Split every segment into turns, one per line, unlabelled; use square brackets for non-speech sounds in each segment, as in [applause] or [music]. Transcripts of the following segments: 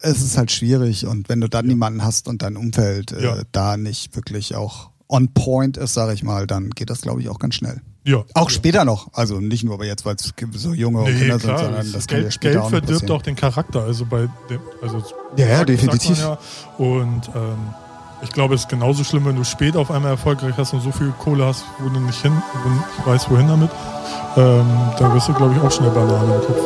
es ist halt schwierig und wenn du dann niemanden hast und dein Umfeld äh,
Ja.
da nicht wirklich auch on point ist, sage ich mal, dann geht das, glaube ich, auch ganz schnell.
Ja.
Auch
ja.
später noch, also nicht nur weil jetzt, weil es so junge und
Nee,
Kinder
klar,
sind, sondern das
das
kann ja
Geld,
später
Geld
auch noch
verdirbt
passieren.
auch den Charakter, also bei dem, also
Ja, ja,
sagt man
definitiv.
ja. Und ähm, ich glaube, es ist genauso schlimm, wenn du spät auf einmal erfolgreich hast und so viel Kohle hast, wo du nicht hin, wo du nicht weißt, wohin damit. Ähm, da wirst du, glaube ich, auch schnell Ballade im Kopf.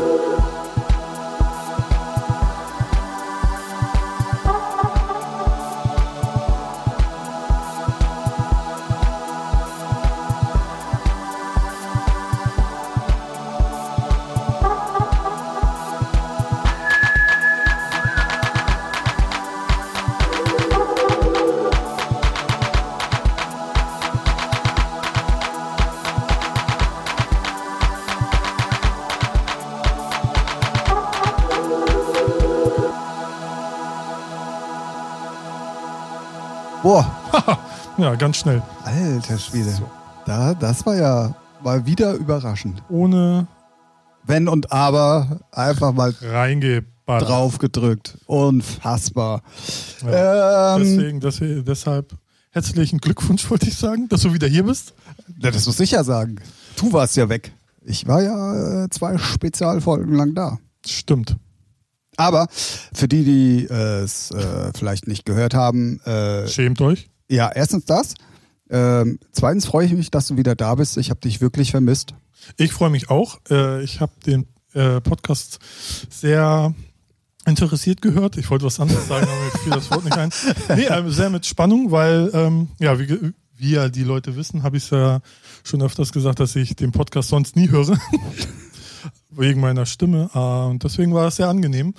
Boah,
Ja, ganz schnell.
alter Schwede.
So.
Da, das war ja mal wieder überraschend.
Ohne
Wenn und aber einfach mal
reingeballert.
draufgedrückt. Unfassbar.
Ja.
Ähm,
Deswegen, deswegen, deshalb herzlichen Glückwunsch, wollte ich sagen, dass du wieder hier bist.
na, das muss ich ja sagen. Du warst ja weg. Ich war ja äh, zwei Spezialfolgen lang da.
Stimmt.
Aber für die, die äh, es äh, vielleicht nicht gehört haben, äh,
Schämt euch.
ja, erstens das. Ähm, zweitens freue ich mich, dass du wieder da bist. Ich habe dich wirklich vermisst.
Ich freue mich auch. Äh, Ich habe den äh, Podcast sehr interessiert gehört. Ich wollte was anderes sagen, aber mir fiel das Wort
[laughs]
nicht ein. Nee, ähm, sehr mit Spannung, weil, ähm, ja, wie, ge- wie ja die Leute wissen, habe ich es ja schon öfters gesagt, dass ich den Podcast sonst nie höre. [laughs] Wegen meiner Stimme. Äh, Und deswegen war das sehr angenehm.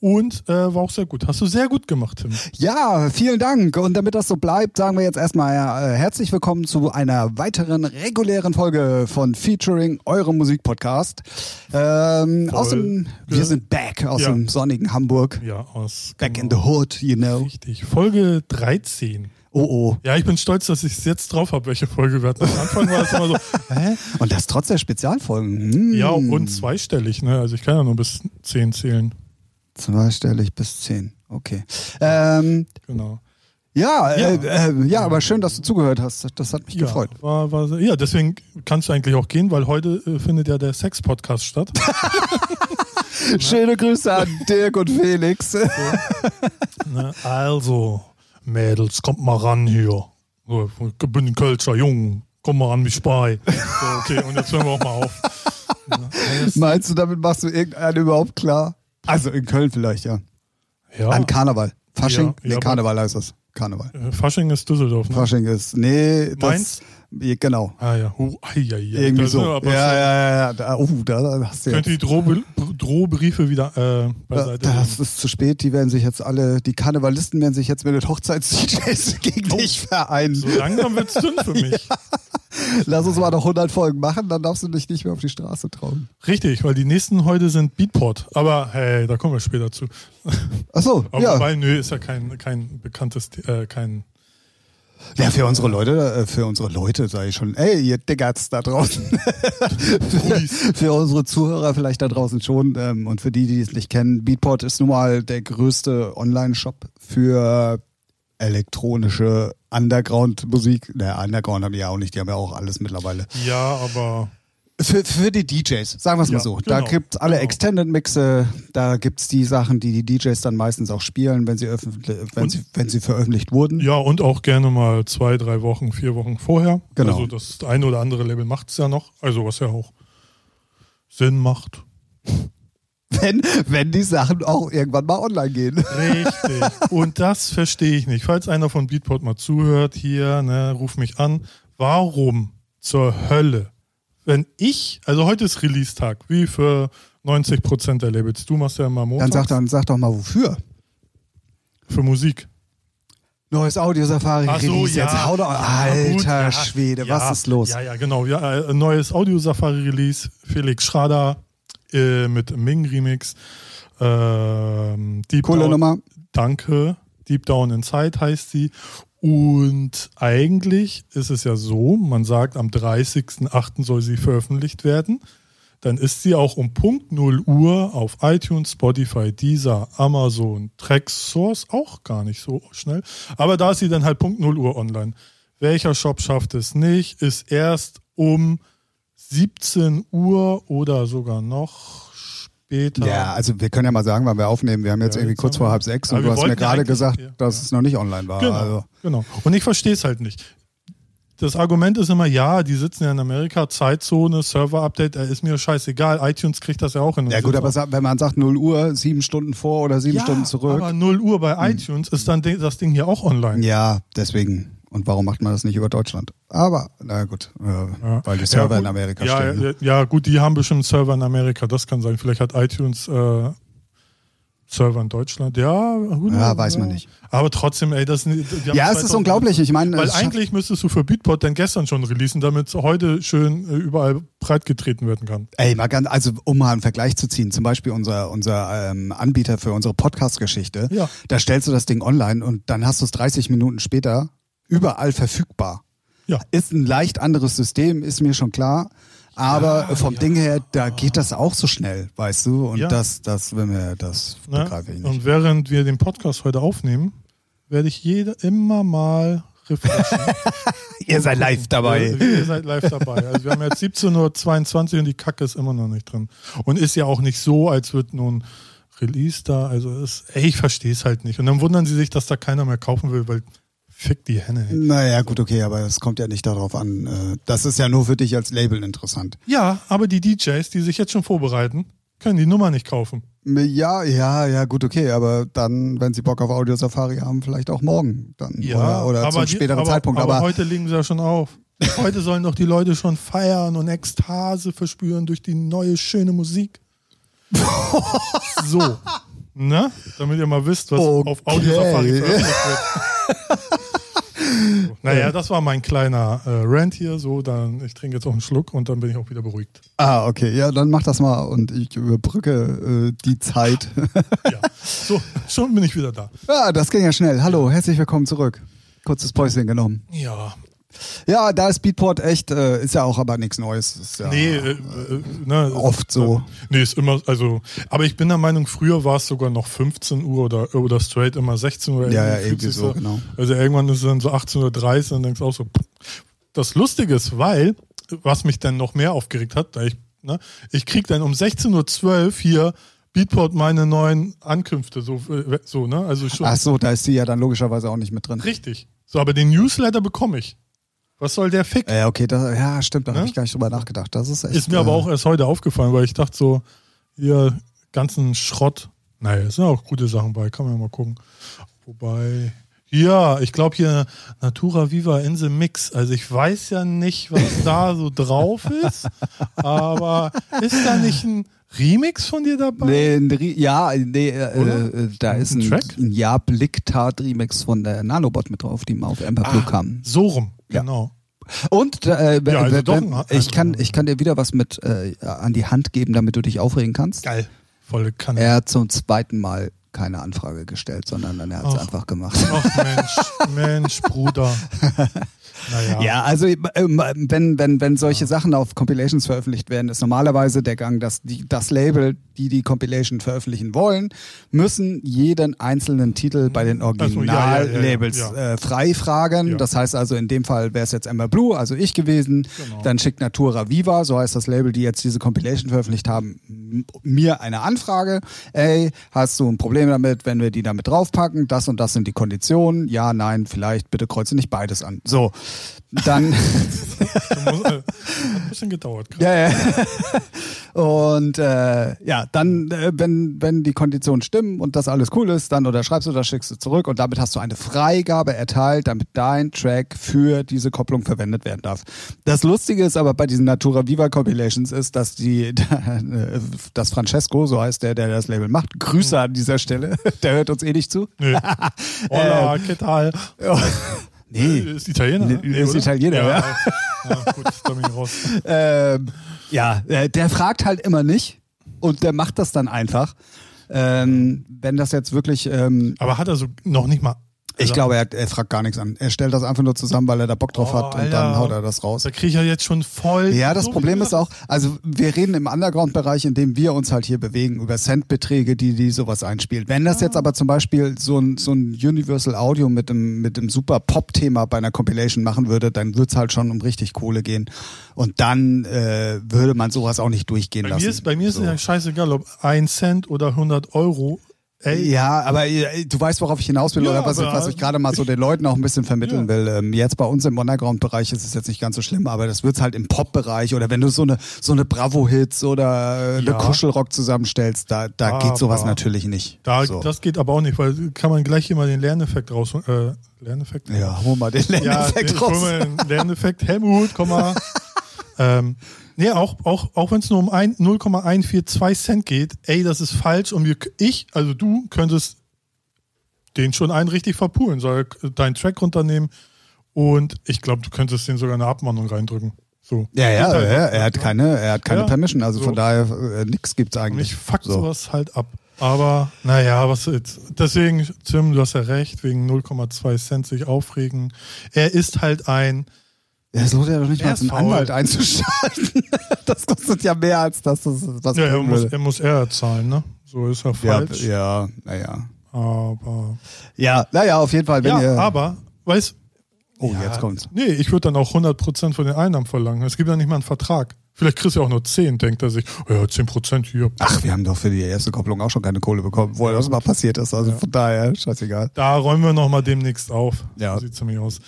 Und äh, war auch sehr gut. Hast du sehr gut gemacht, Tim.
Ja, vielen Dank. Und damit das so bleibt, sagen wir jetzt erstmal äh, herzlich willkommen zu einer weiteren regulären Folge von Featuring eurem Musikpodcast. Ähm, aus dem,
Folge.
wir sind back aus
Ja.
dem sonnigen Hamburg.
Ja, aus. Genau.
Back in the hood, you know.
Richtig. Folge 13.
Oh oh.
Ja, ich bin stolz, dass ich es jetzt drauf habe, welche Folge wir hatten. Am Anfang war es immer so, hä?
Und das trotz der Spezialfolgen. Hm.
Ja, und zweistellig, ne? Also ich kann ja nur bis 10 zählen.
Zweistellig bis zehn. Okay. Ähm,
Genau.
ja, ja. Äh,
Ja.
äh, ja, aber schön, dass du zugehört hast. Das hat mich
Ja,
gefreut.
War, war, sehr- ja, deswegen kannst du eigentlich auch gehen, weil heute äh, findet ja der
[laughs]
Sex-Podcast statt.
Schöne Grüße an Dirk und
[laughs]
Felix.
ne? Also, Mädels, kommt mal ran hier. So, Ich bin ein Kölscher Jung, komm mal an mich bei. So, okay, und jetzt hören wir auch mal auf. Ne? Alles-
Meinst du, damit machst du irgendeinen überhaupt klar? Also in Köln vielleicht, ja.
Ja,
An Karneval. Fasching?
Ja,
nee,
ja, aber-
Karneval heißt das. Karneval.
äh, Fasching ist Düsseldorf, ne?
Fasching ist. Nee, das.
Mainz?
Ja, Genau.
Ah ja, Hu- ai, ai, ai.
Irgendwie
Da sind wir
so. Ja,
aber
ja, ja, ja. Da, oh, da hast du
Könnt ihr
jetzt.
die Drohbe Drohbriefe wieder äh,
Da-
beiseite
Das ist zu spät, die werden sich jetzt alle, die Karnevalisten werden sich jetzt mit den Hochzeits-DJs gegen
Oh.
dich vereinen.
So langsam wird's dünn für mich.
Lass uns mal noch 100 Folgen machen, dann darfst du dich nicht mehr auf die Straße trauen.
Richtig, weil die nächsten heute sind Beatport. Aber hey, da kommen wir später zu.
Achso,
Aber
ja.
wobei, nö, ist ja kein, kein bekanntes, äh, kein.
Ja, für unsere Leute, äh, für unsere Leute sage ich schon, ey, ihr Diggerts da draußen. für, [laughs] für unsere Zuhörer vielleicht da draußen schon ähm, und für die, die es nicht kennen, Beatport ist nun mal der größte Online-Shop für elektronische Underground-Musik. Na, Underground haben die ja auch nicht, die haben ja auch alles mittlerweile.
[laughs] Ja, aber
Für, für die DJs, sagen wir es mal
Ja,
so. Da
genau,
gibt's alle
genau.
Extended-Mixe, da gibt's die Sachen, die die DJs dann meistens auch spielen, wenn sie, öffentlich, wenn
Und-
sie, wenn sie veröffentlicht wurden.
ja, und auch gerne mal zwei, drei Wochen, vier Wochen vorher.
Genau.
Also das eine oder andere Label macht's ja noch. Also was ja auch Sinn macht.
wenn, wenn die Sachen auch irgendwann mal online gehen.
Richtig. Und das verstehe ich nicht. Falls einer von Beatport mal zuhört hier, ne, ruf mich an. Warum zur Hölle, wenn ich, also heute ist Release-Tag, wie für 90% der Labels. Du machst ja immer
Dann
Montag
sag, dann sag doch mal, wofür?
für Musik.
Neues Audio-Safari
Ach so,
Release
ja.
jetzt. Hau doch,
Ja, gut,
alter
ja,
Schwede,
ja,
was ist los?
Ja, ja, genau. Ja, äh, neues Audio-Safari-Release, Felix Schrader äh, mit Ming-Remix. Ähm, Deep
Coole
Down-
Nummer.
Danke, Deep Down Inside heißt sie. Und eigentlich ist es ja so, man sagt, am 30.08. soll sie veröffentlicht werden. dann ist sie auch um Punkt 0 Uhr auf iTunes, Spotify, Deezer, Amazon, Trax Source auch gar nicht so schnell. Aber da ist sie dann halt Punkt 0 Uhr online. Welcher Shop schafft es nicht, ist erst um 17 Uhr oder sogar noch später.
Ja, also wir können ja mal sagen, wann wir aufnehmen. Wir haben jetzt
Ja,
irgendwie
jetzt
kurz
haben wir-
vor halb sechs und
Aber
du
wir
hast mir
wollten
gerade
eigentlich-
gesagt,
ja.
dass es noch nicht online war.
Genau,
Also,
genau. Und ich verstehe es halt nicht. Das Argument ist immer, ja, die sitzen ja in Amerika, Zeitzone, Server-Update, äh, ist mir scheißegal. iTunes kriegt das ja auch hin.
ja gut, aber sa- wenn man sagt 0 Uhr, sieben Stunden vor oder sieben
ja,
Stunden zurück. Hm.
Aber 0 Uhr bei iTunes ist dann de- das Ding hier auch online.
Ja, deswegen. Und warum macht man das nicht über Deutschland? Aber, na gut, äh, weil die
Ja,
Server
gut.
in Amerika
ja,
stehen. ne?
Ja, ja, gut, die haben bestimmt einen Server in Amerika, das kann sein. Vielleicht hat iTunes äh, Server in Deutschland. Ja, who
Ja,
knows,
weiß man nicht.
Aber trotzdem, ey, das sind- die haben
Ja, es ist
2000
unglaublich. Ich meine,
Weil
es schafft-
eigentlich müsstest du für Beatport dann gestern schon releasen, damit es heute schön äh, überall breit getreten werden kann.
Ey, mal ganz, also um mal einen Vergleich zu ziehen, zum Beispiel unser, unser ähm, Anbieter für unsere Podcast-Geschichte,
Ja.
da stellst du das Ding online und dann hast du es 30 Minuten später überall verfügbar.
Ja.
Ist ein leicht anderes System, ist mir schon klar. Aber vom Ding her, da geht das auch so schnell, weißt du? Und
Ja.
das, das, wenn wir, das
Ne?
begreife ich nicht.
Und während wir den Podcast heute aufnehmen, werde ich jeder
[laughs]
immer mal refreshen.
Ihr seid live dabei.
Ihr, ihr seid live dabei. Also wir haben jetzt 17.22 Uhr und die Kacke ist immer noch nicht drin. Und ist ja auch nicht so, als wird nun Release da. Also es, ey, ich verstehe es halt nicht. Und dann wundern sie sich, dass da keiner mehr kaufen will, weil fick die Henne. Ey.
Naja, gut, okay, aber es kommt ja nicht darauf an. äh, Das ist ja nur für dich als Label interessant.
Ja, aber die DJs, die sich jetzt schon vorbereiten, können die Nummer nicht kaufen.
Ja, ja, ja, gut, okay, aber dann, wenn Sie Bock auf Audio Safari haben, vielleicht auch morgen dann oder, oder zum
die-
späteren
aber,
Zeitpunkt.
Aber,
Aber,
heute legen sie ja schon auf. Heute sollen doch die Leute schon feiern und Ekstase verspüren durch die neue
[laughs]
schöne Musik. so. Ne? Damit ihr mal wisst, was
Okay.
auf Audio Safari veröffentlicht wird. So. Naja, das war mein kleiner äh, Rant hier. So, dann ich trinke jetzt auch einen Schluck und dann bin ich auch wieder beruhigt.
ah, okay, ja, dann mach das mal und ich überbrücke äh, die Zeit. [laughs]
Ja. So, schon bin ich wieder da.
ja, das ging ja schnell. Hallo, herzlich willkommen zurück. Kurzes Päuschen genommen.
Ja,
Ja, da ist Beatport echt, äh, ist ja auch aber nichts Neues. Ist ja
Nee, äh, äh, ne,
Oft so.
Nee, ist immer, also, aber ich bin der Meinung, früher war es sogar noch 15 Uhr oder, oder straight immer 16 Uhr.
Ja, ja,
fühlt
irgendwie
sich
so, genau.
Also irgendwann ist es dann so 18.30 Uhr und denkst auch so, pff. das Lustige ist, weil, was mich dann noch mehr aufgeregt hat, da ich, ne, ich krieg dann um 16.12 Uhr hier Beatport meine neuen Ankünfte, so, äh, so ne, also schon
Ach so, da ist die ja dann logischerweise auch nicht mit drin.
richtig. So, aber den Newsletter bekomme ich. Was soll der Fick?
Ja, okay, da, ja, stimmt, da habe
Ne?
ich gar nicht drüber nachgedacht. Das ist echt. äh,
Ist mir aber auch erst heute aufgefallen, weil ich dachte so, ihr ganzen Schrott, naja, es sind auch gute Sachen bei, kann man ja mal gucken. Wobei, ja, ich glaube hier Natura Viva Insel Mix, also ich weiß ja nicht, was da so drauf ist, aber ist da nicht ein Remix von dir dabei?
Nee, ein Re- ja, nee, äh,
Oder?
äh, da ist ein,
Track?
ein Ja Blick Tat Remix von der Nanobot mit drauf, die mal auf Ember Blue kam.
So rum,
Ja.
genau.
Und äh, w-
Ah. Ja, also
w-
doch
w-
ein-
ich kann ich kann dir wieder was mit äh, an die Hand geben, damit du dich aufregen kannst.
Geil, volle Kanne.
Er hat zum zweiten Mal keine Anfrage gestellt, sondern er hat es
Ach.
einfach gemacht.
Ach Mensch,
[laughs]
Mensch, Bruder. Naja.
Ja, also ähm, wenn, wenn, wenn solche Sachen auf Compilations veröffentlicht werden, ist normalerweise der Gang, dass die, das Label, die die Compilation veröffentlichen wollen, müssen jeden einzelnen Titel bei den
Mhm. so, ja, ja, ja, ja,
Originallabels
ja.
äh, freifragen.
Ja.
Das heißt also, in dem Fall wäre es jetzt Emma Blue, also ich gewesen.
Genau.
Dann schickt Natura Viva, so heißt das Label, die jetzt diese Compilation veröffentlicht haben, m- mir eine Anfrage. Ey, hast du ein Problem damit, wenn wir die damit draufpacken? Das und das sind die Konditionen. Ja, nein, vielleicht, bitte kreuze nicht beides an. So,
[laughs]
dann...
Du musst, äh, hat ein bisschen gedauert gerade.
Ja, [laughs] ja. Und äh, ja, dann, äh, wenn, wenn die Konditionen stimmen und das alles cool ist, dann unterschreibst du das, schickst du zurück und damit hast du eine Freigabe erteilt, damit dein Track für diese Kopplung verwendet werden darf. Das Lustige ist aber bei diesen Natura Viva Compilations ist, dass die, [laughs] äh, dass Francesco, so heißt der, der das Label macht, Grüße an dieser Stelle, [laughs] der hört uns eh nicht zu.
Nö.
äh,
Hola, que tal?
[laughs] Nee.
Ist Italiener? ne?
Nee, ist
oder?
Italiener, ja.
ja. Gut, da bin ich raus.
Ähm, ja, äh, der fragt halt immer nicht und der macht das dann einfach. Ähm, wenn das jetzt wirklich ähm,
Aber hat er so noch nicht mal
Ich glaube, er, hat- er fragt gar nichts an. Er stellt das einfach nur zusammen, weil er da Bock drauf
Oh,
hat und
Alter.
dann haut er das raus.
Da kriege ich also ja jetzt schon voll.
Ja, das
so wie
Problem
du
ist auch, also wir reden im Underground-Bereich, in dem wir uns halt hier bewegen, über Centbeträge, die, die sowas einspielt. Wenn das
Ah.
jetzt aber zum Beispiel so ein, so ein Universal Audio mit dem, mit dem super Pop-Thema bei einer Compilation machen würde, dann würde es halt schon um richtig Kohle gehen. Und dann äh, würde man sowas auch nicht durchgehen
Bei
lassen.
mir ist, bei mir ist
so.
es ja scheißegal, ob 1 Cent oder 100 Euro. Ey,
Ja, aber äh, du weißt, worauf ich hinaus will
Hm. Ja,
oder was,
aber-
was ich gerade mal so den Leuten auch ein bisschen vermitteln will. Ähm, jetzt bei uns im Underground-Bereich ist es jetzt nicht ganz so schlimm, aber das wird's halt im Pop-Bereich oder wenn du so eine, so eine Bravo-Hits oder äh, eine
Ja.
Kuschelrock zusammenstellst, da, da geht sowas
Aber-
natürlich nicht.
da,
so.
das geht aber auch nicht, weil kann man gleich immer den Lerneffekt raus. Äh, Lerneffekt?
ja, hol mal den
ja
Lerneffekt
den
raus.
Krummeln, Lerneffekt. Helmut, komm mal. ähm, nee, auch, auch, auch wenn es nur um ein- 0,142 Cent geht, ey, das ist falsch und wir, ich, also du, könntest den schon einen richtig verpulen, soll er deinen Track runternehmen und ich glaube, du könntest den sogar eine Abmahnung reindrücken. So.
Ja, ja,
Geht
ja,
halt nicht.
er hat keine, er hat keine
Ja,
Permission, also
so.
von daher äh, nix gibt's eigentlich.
Mich fuckt
so.
sowas halt ab. Aber naja, was jetzt. Deswegen, Tim, du hast ja recht, wegen 0,2 Cent sich aufregen. Er ist halt ein.
Ja, es lohnt ja doch nicht
Er
mal,
ist
einen
faul.
Anwalt einzuschalten. [laughs] das kostet ja mehr als das, das was
Ja, er
bringen
muss,
würde.
er muss er zahlen, ne? So ist er
ja,
falsch.
ja, naja.
Aber.
Ja, naja, auf jeden Fall. Wenn
Ja,
ihr,
aber, weißt
oh, jetzt kommt's.
Nee, ich würde dann auch 100% von den Einnahmen verlangen. Es gibt ja nicht mal einen Vertrag. Vielleicht kriegst du ja auch nur 10, denkt er sich. Oh ja, 10% hier.
Ach, wir haben doch für die erste Kopplung auch schon keine Kohle bekommen, wo das mal passiert ist. Also von daher, scheißegal.
Da räumen wir nochmal demnächst auf.
Ja.
Sieht ziemlich aus.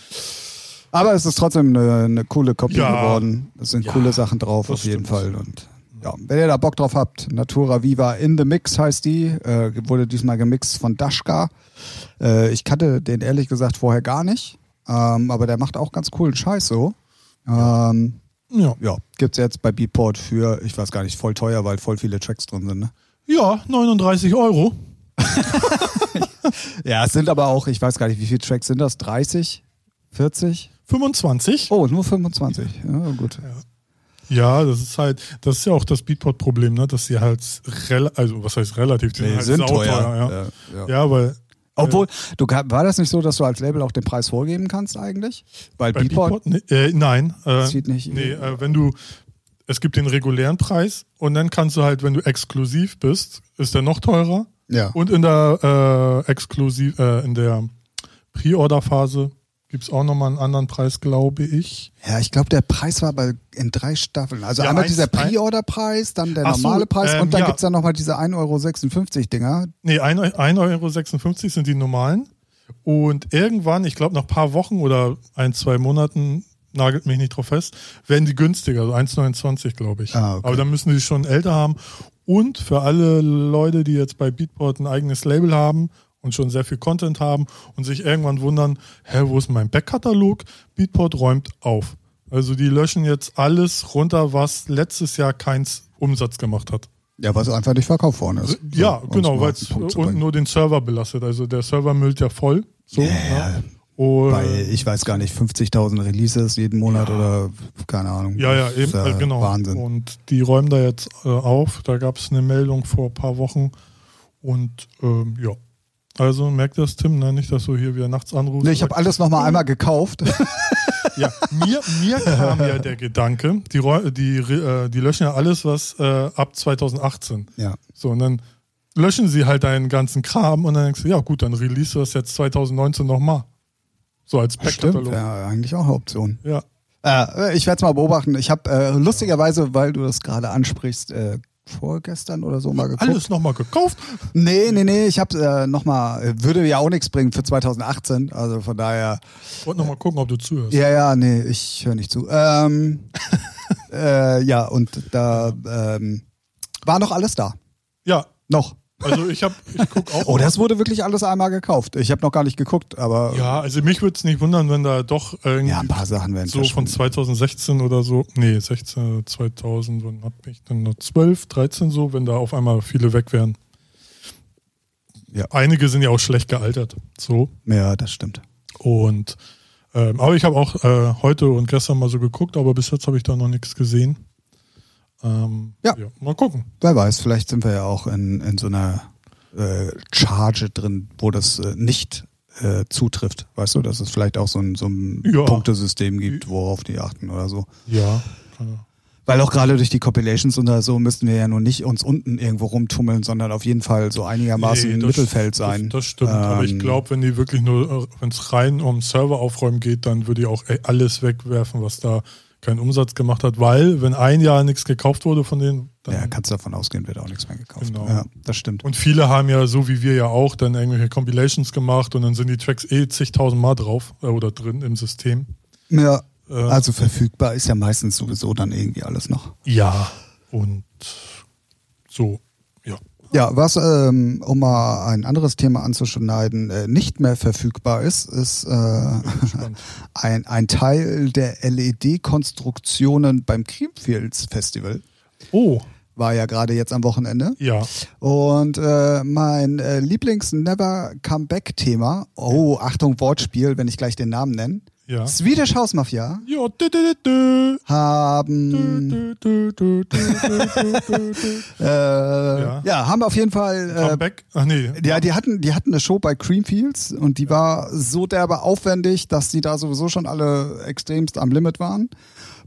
Aber es ist trotzdem eine, eine coole Kopie
Ja.
geworden. Es sind
Ja,
coole Sachen drauf,
das
auf jeden
stimmt.
Fall. Und ja, wenn ihr da Bock drauf habt, Natura Viva in the Mix heißt die. Äh, wurde diesmal gemixt von Dashka. Äh, ich kannte den ehrlich gesagt vorher gar nicht. Ähm, aber der macht auch ganz coolen Scheiß so. Ähm,
Ja.
ja, gibt's jetzt bei Beatport für, ich weiß gar nicht, voll teuer, weil voll viele Tracks drin sind, ne?
Ja, 39 Euro.
Ja, es sind aber auch, ich weiß gar nicht, wie viele Tracks sind das? 30? 40?
25.
Oh, nur 25. Ja, gut.
Ja, das ist halt, das ist ja auch das Beatport-Problem, ne? dass sie halt, rel also was heißt relativ, die halt sauteuer, ja.
Ja,
Ja. weil
Obwohl, du, ka- war das nicht so, dass du als Label auch den Preis vorgeben kannst eigentlich? Weil
bei
Beatport,
Beatport, ne, äh, nein, äh,
das sieht nicht.
nee, äh, wenn du, es gibt den regulären Preis und dann kannst du halt, wenn du exklusiv bist, ist der noch teurer
ja.
und in der äh, exklusiv, äh, in der Pre-Order-Phase gibt's auch nochmal einen anderen Preis, glaube ich.
ja, ich glaube, der Preis war bei, in drei Staffeln. Also
Ja,
einmal
eins-
dieser Pre-Order-Preis, dann der
Ach so,
normale Preis
ähm,
und dann
ja.
gibt's dann nochmal diese 1,56 Euro Dinger.
Nee, 1,56 Euro sind die normalen. Und irgendwann, ich glaube nach ein paar Wochen oder ein, zwei Monaten, nagelt mich nicht drauf fest, werden die günstiger, also 1,29 glaube ich.
Ah, okay.
Aber dann müssen die schon älter haben. Und für alle Leute, die jetzt bei Beatport ein eigenes Label haben und schon sehr viel Content haben und sich irgendwann wundern, hä, wo ist mein Backkatalog? Beatport räumt auf. Also die löschen jetzt alles runter, was letztes Jahr keins Umsatz gemacht hat.
Ja, was einfach nicht verkauft worden ist.
Ja,
So, um
genau,
mal
weil
auf den
es
Punkt zu
unten
bringen.
nur den Server belastet. Also der Server müllt ja voll. So,
Ja,
ne? Und,
Bei, ich weiß gar nicht, 50.000 Releases jeden Monat oder keine Ahnung.
ja, ja,
Das
eben,
ist, äh,
also genau.
Wahnsinn.
Und die räumen da jetzt äh, auf. Da gab es eine Meldung vor ein paar Wochen. Und ähm, ja. Also merkt das, Tim, ne? nicht, dass du hier wieder nachts anrufst.
Nee, ich habe alles nochmal einmal
[laughs]
gekauft.
ja, mir, mir kam ja der Gedanke, die, räu- die, äh, die löschen ja alles, was äh, ab 2018.
ja.
So, und dann löschen sie halt deinen ganzen Kram und dann denkst du, ja gut, dann release du das jetzt 2019 nochmal. So als
Stimmt,
Backkatalog. Ja.
ja, eigentlich auch eine Option.
ja.
Äh, ich werde es mal beobachten. Ich habe äh, lustigerweise, weil du das gerade ansprichst, äh, vorgestern oder so mal geguckt.
Alles nochmal gekauft.
Nee, nee, nee, ich habe äh, nochmal, würde ja auch nichts bringen für 2018, also von daher.
Wollte nochmal gucken, ob du zuhörst.
Ja, ja, nee, ich höre nicht zu.
[laughs]
Ähm, äh, ja, und da ähm, war noch alles da.
Ja,
Noch.
also ich habe, ich guck auch.
[laughs] Oh, das wurde wirklich alles einmal gekauft. Ich habe noch gar nicht geguckt, aber ja,
ja, also mich würde es nicht wundern, wenn da doch irgendwie
ein paar Sachen werden
so von
verschwunden.
2016 oder so, nee, 16, 2000, wann hab ich dann noch 12, 13 so, wenn da auf einmal viele weg wären.
Ja.
Einige sind ja auch schlecht gealtert. So.
Ja, das stimmt.
Und ähm, aber ich habe auch äh, heute und gestern mal so geguckt, aber bis jetzt habe ich da noch nichts gesehen. Ähm,
Ja.
mal gucken.
Wer weiß, vielleicht sind wir ja auch in, in so einer äh, Charge drin, wo das äh, nicht äh, zutrifft. Weißt du, dass es vielleicht auch so ein, so ein
Ja.
Punktesystem gibt, worauf die achten oder so.
Ja. äh, klar.
Weil auch gerade durch die Compilations und so müssten wir ja nun nicht uns unten irgendwo rumtummeln, sondern auf jeden Fall so einigermaßen
Nee,
im
das-
Mittelfeld sein.
Das, das stimmt, aber ich
Ähm,
glaube, wenn die wirklich nur, wenn es rein um Server aufräumen geht, dann würde ich auch e- alles wegwerfen, was da keinen Umsatz gemacht hat, weil wenn ein Jahr nichts gekauft wurde von denen, dann,
Ja, kannst davon ausgehen, wird auch nichts mehr gekauft.
Genau.
Ja, das stimmt.
und viele haben ja so wie wir ja auch dann irgendwelche Compilations gemacht und dann sind die Tracks eh zigtausend Mal drauf äh, oder drin im System.
Ja,
Äh,
also verfügbar ist ja meistens sowieso dann irgendwie alles noch.
Ja, und so, ja.
Ja, was, ähm, um mal ein anderes Thema anzuschneiden, äh, nicht mehr verfügbar ist, ist äh,
Spannend.
[laughs] ein, ein Teil der LED-Konstruktionen beim Creamfields Festival.
Oh,
War ja gerade jetzt am Wochenende.
ja.
Und äh, mein äh, Lieblings-Never-Comeback-Thema, oh, Achtung, Wortspiel, wenn ich gleich den Namen nenne.
Ja.
Swedish House Mafia
Ja, dü, dü, dü,
haben
dü, dü, dü, dü,
[laughs]
dü, dü, dü.
Äh, ja. haben auf jeden Fall.
Comeback? Ach nee.
Äh, ja, die hatten, die hatten eine Show bei Creamfields und die war so derbe aufwendig, dass die da sowieso schon alle extremst am Limit waren.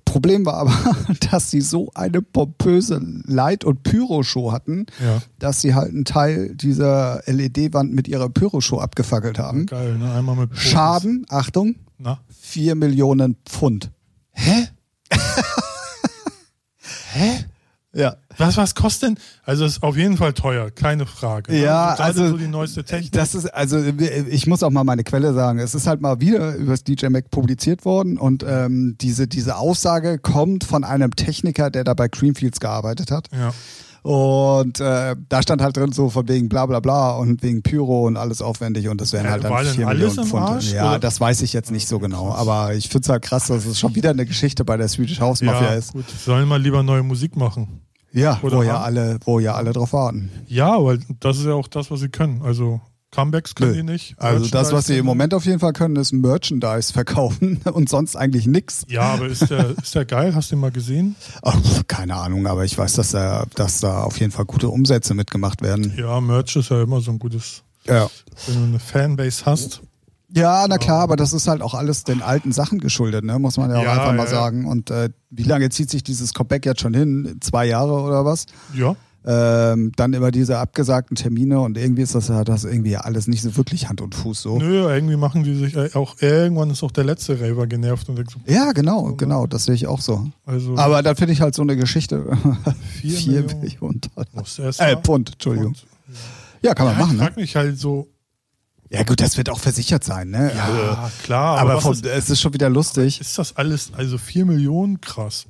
Problem war aber, [laughs] dass sie so eine pompöse Light- und Pyro-Show hatten,
Ja.
dass sie halt einen Teil dieser LED-Wand mit ihrer Pyro-Show abgefackelt haben.
Geil, ne? Einmal mit Profis.
Schaden, Achtung,
Na?
4 Millionen Pfund.
Hä? Hä?
Ja.
Was, was kostet denn? Also es ist auf jeden Fall teuer, keine Frage. ne?
Ja,
Gerade
also-
so die neueste Technik.
Das ist, also ich muss auch mal meine Quelle sagen. Es ist halt mal wieder übers DJ Mac publiziert worden und ähm, diese, diese Aussage kommt von einem Techniker, der da bei Creamfields gearbeitet hat.
ja.
Und äh, da stand halt drin so von wegen bla bla bla und wegen Pyro und alles aufwendig und das wären
Äh,
halt dann
war denn
4
alles
Millionen
im
Pfund.
Arsch,
ja,
oder?
das weiß ich jetzt nicht so genau, aber ich finde es halt krass, dass es schon wieder eine Geschichte bei der Swedish House Mafia
ja,
ist.
gut. Sollen mal lieber neue Musik machen.
Ja,
Oder
wo ja
haben-
alle, wo ja alle drauf warten.
Ja, weil das ist ja auch das, was sie können. Also Comebacks können
Nö.
die nicht.
Also das, was sie im
Merchandise-
Moment auf jeden Fall können, ist Merchandise verkaufen [laughs] und sonst eigentlich nix.
Ja, aber ist der, ist der geil? Hast du den mal gesehen?
Ach, pf, keine Ahnung, aber ich weiß, dass da, dass da auf jeden Fall gute Umsätze mitgemacht werden.
Ja, Merch ist ja immer so ein gutes,
Ja.
wenn du eine Fanbase hast.
Ja, na klar, aber das ist halt auch alles den alten Sachen geschuldet, ne? muss man ja auch
Ja,
einfach mal
ja.
sagen. Und äh, wie lange zieht sich dieses Comeback jetzt schon hin? Zwei Jahre oder was?
Ja.
Ähm, dann immer diese abgesagten Termine und irgendwie ist das ja das irgendwie alles nicht so wirklich Hand und Fuß so.
Nö, irgendwie machen die sich äh, auch, irgendwann ist auch der letzte Raver genervt und denkt so, ne?
Ja, genau, genau, das sehe ich auch so.
also
Aber dann finde ich halt so eine Geschichte.
[laughs] vier
Vier
Millionen.
Millionen Dollar.
Muss erst
Äh,
mal-
Pfund, Entschuldigung.
Pfund.
Ja, kann man
Ja, ich
machen, ne?
frag mich halt so,
Ja, gut, das wird auch versichert sein, ne?
ja,
Also,
äh, klar, aber,
aber
was
vom,
ist,
es ist schon wieder lustig.
ist das alles, also 4 Millionen, krass.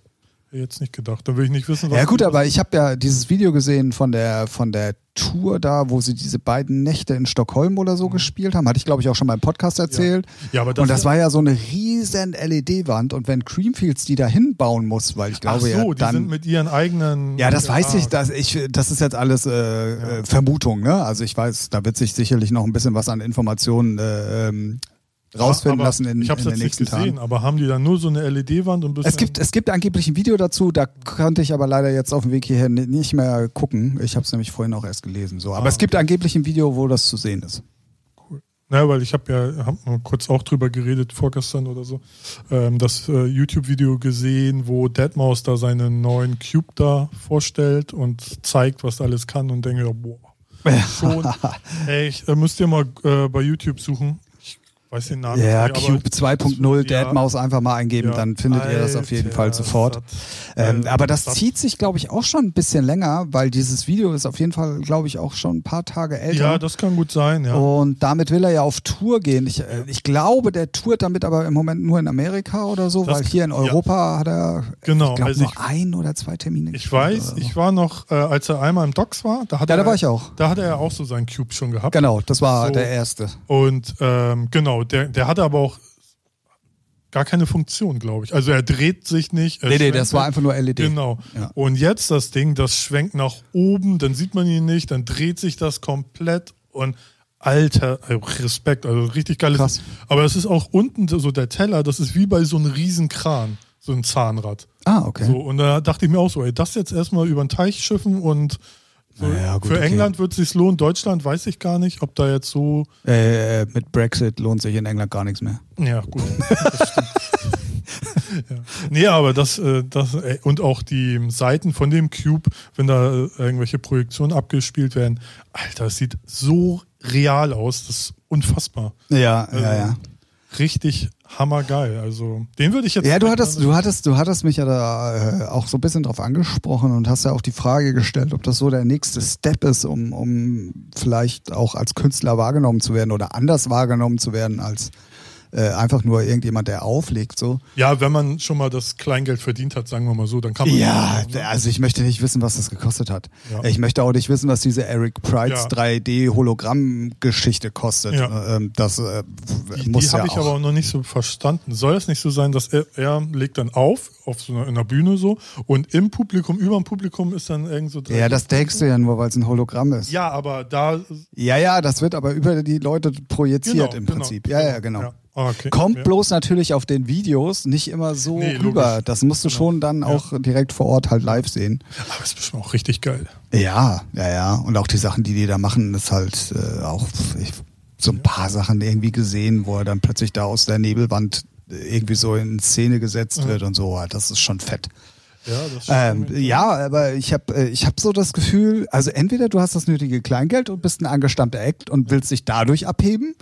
Hätte ich jetzt nicht gedacht, da will ich nicht wissen, was...
Ja gut, aber ich habe ja dieses Video gesehen von der von der Tour da, wo sie diese beiden Nächte in Stockholm oder so gespielt haben. Hatte ich glaube ich auch schon mal im Podcast erzählt.
Mhm. Ja, aber das-
und das war ja so eine riesen LED-Wand und wenn Creamfields die da hinbauen muss, weil ich
Ach
glaube
so,
ja
die sind
dann
mit ihren eigenen...
ja, das weiß ich,
da.
das, ich, das ist jetzt alles äh, äh, Vermutung, ne? Also ich weiß, da wird sich sicherlich noch ein bisschen was an Informationen äh, ähm, rausfinden
Aber
lassen in,
Ich
in
hab's
den
jetzt nicht
nächsten Tagen.
gesehen, aber haben die dann nur so eine LED-Wand und ein bisschen...
Es gibt, es gibt angeblich ein Video dazu, da konnte ich aber leider jetzt auf dem Weg hierher ni- nicht mehr gucken. Ich habe es nämlich vorhin auch erst gelesen. So. Aber
Ah.
es gibt angeblich ein Video, wo das zu sehen ist.
Na, weil ich habe ja hab mal kurz auch drüber geredet, vorgestern oder so, ähm, das äh, YouTube-Video gesehen, wo Deadmaus da seinen neuen Cube da vorstellt und zeigt, was alles kann und denke, ja, boah,
[laughs]
schon. Ey, ich, äh, müsst ihr mal äh, bei YouTube suchen. Ich weiß den Namen
Ja,
nicht,
Cube 2.0,
Ja.
Deadmaus einfach mal eingeben,
Ja.
dann findet ihr das auf jeden
Alter,
Fall sofort.
das hat-
Ähm,
äh,
aber das
hat-
zieht sich, glaube ich, auch schon ein bisschen länger, weil dieses Video ist auf jeden Fall, glaube ich, auch schon ein paar Tage älter.
Ja, das kann gut sein, ja.
Und damit will er ja auf Tour gehen. Ich, äh, ich glaube, der tourt damit aber im Moment nur in Amerika oder so,
Das-
weil hier in
ja.
Europa hat er,
Genau,
ich glaube,
also
nur
ich-
ein oder zwei Termine.
Ich
gespielt
weiß,
oder so.
ich war noch, äh, als er einmal im Docs war, da hat
Ja,
er
da war ich auch.
Da hat er ja auch so seinen Cube schon gehabt.
Genau, das war
So.
der erste.
Und ähm, genau, der, der hatte aber auch gar keine Funktion, glaube ich. Also er dreht sich nicht. er
Nee, nee,
schwenkt
das war
nicht.
einfach nur E LED.
Genau.
Ja.
Und jetzt das Ding, das schwenkt nach oben, dann sieht man ihn nicht, dann dreht sich das komplett und alter äh, Respekt, also richtig geiles.
Krass.
Aber es ist auch unten so der Teller, das ist wie bei so einem Riesenkran, so ein Zahnrad.
Ah, okay.
So, und da dachte ich mir auch so, ey, das jetzt erstmal über den Teich schiffen und So,
Naja, gut,
für
okay.
England wird es sich lohnen. Deutschland weiß ich gar nicht, ob da jetzt so.
Äh, mit Brexit lohnt sich in England gar nichts mehr.
Ja, gut. Das stimmt. [laughs] ja. Nee, aber das, äh, das äh, und auch die Seiten von dem Cube, wenn da äh, irgendwelche Projektionen abgespielt werden, Alter, das sieht so real aus. Das ist unfassbar.
Ja,
Also,
ja, ja.
Richtig hammergeil. Also, den würde ich jetzt.
Ja, du hattest, du hattest, du hattest mich ja da äh, auch so ein bisschen drauf angesprochen und hast ja auch die Frage gestellt, ob das so der nächste Step ist, um, um vielleicht auch als Künstler wahrgenommen zu werden oder anders wahrgenommen zu werden als äh, einfach nur irgendjemand, der auflegt. So.
Ja, wenn man schon mal das Kleingeld verdient hat, sagen wir mal so, dann kann man. ne?
Ja, also ich möchte nicht wissen, was das gekostet hat.
Ja.
Ich möchte auch nicht wissen, was diese Eric Prides
Ja.
3D-Hologramm-Geschichte kostet.
Ja.
Ähm, das äh,
Die,
muss
die
ja
habe ich
auch.
aber auch noch nicht so verstanden. Soll es nicht so sein, dass er, er legt dann auf, auf so einer, in einer Bühne so, und im Publikum, über dem Publikum ist dann irgend so
ja, das denkst du ja nur, weil es ein Hologramm ist.
Ja, aber da.
Ja, ja, das wird aber über die Leute projiziert
Genau,
im
genau,
Prinzip. Ja, ja, genau.
Ja. Ah, okay.
Kommt
ja.
bloß natürlich auf den Videos nicht immer so
Nee,
rüber.
logisch. Genau.
Das musst du schon dann auch direkt vor Ort halt live sehen.
Aber ist bestimmt auch richtig geil.
Ja, ja, ja. Und auch die Sachen, die die da machen, ist halt äh, auch ich, so ein paar Sachen irgendwie gesehen, wo er dann plötzlich da aus der Nebelwand irgendwie so in Szene gesetzt wird und so. Ah, Das ist schon fett.
Ja, das ist
Ähm, ja, aber ich habe äh, ich hab so das Gefühl, also entweder du hast das nötige Kleingeld und bist ein angestammter Act und willst dich dadurch abheben.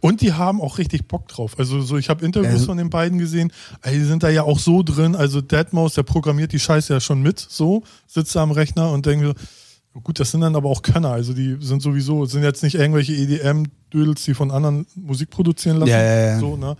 Und die haben auch richtig Bock drauf. Also so, ich habe Interviews
Also-
von den beiden gesehen. Ey, Die sind da ja auch so drin. Also Deadmaus, der programmiert die Scheiße ja schon mit. So sitzt er am Rechner und denkt so, "Ja gut, das sind dann aber auch Könner. Also die sind sowieso sind jetzt nicht irgendwelche EDM-Dödels, die von anderen Musik produzieren lassen.
Ja, ja, ja.
So ne.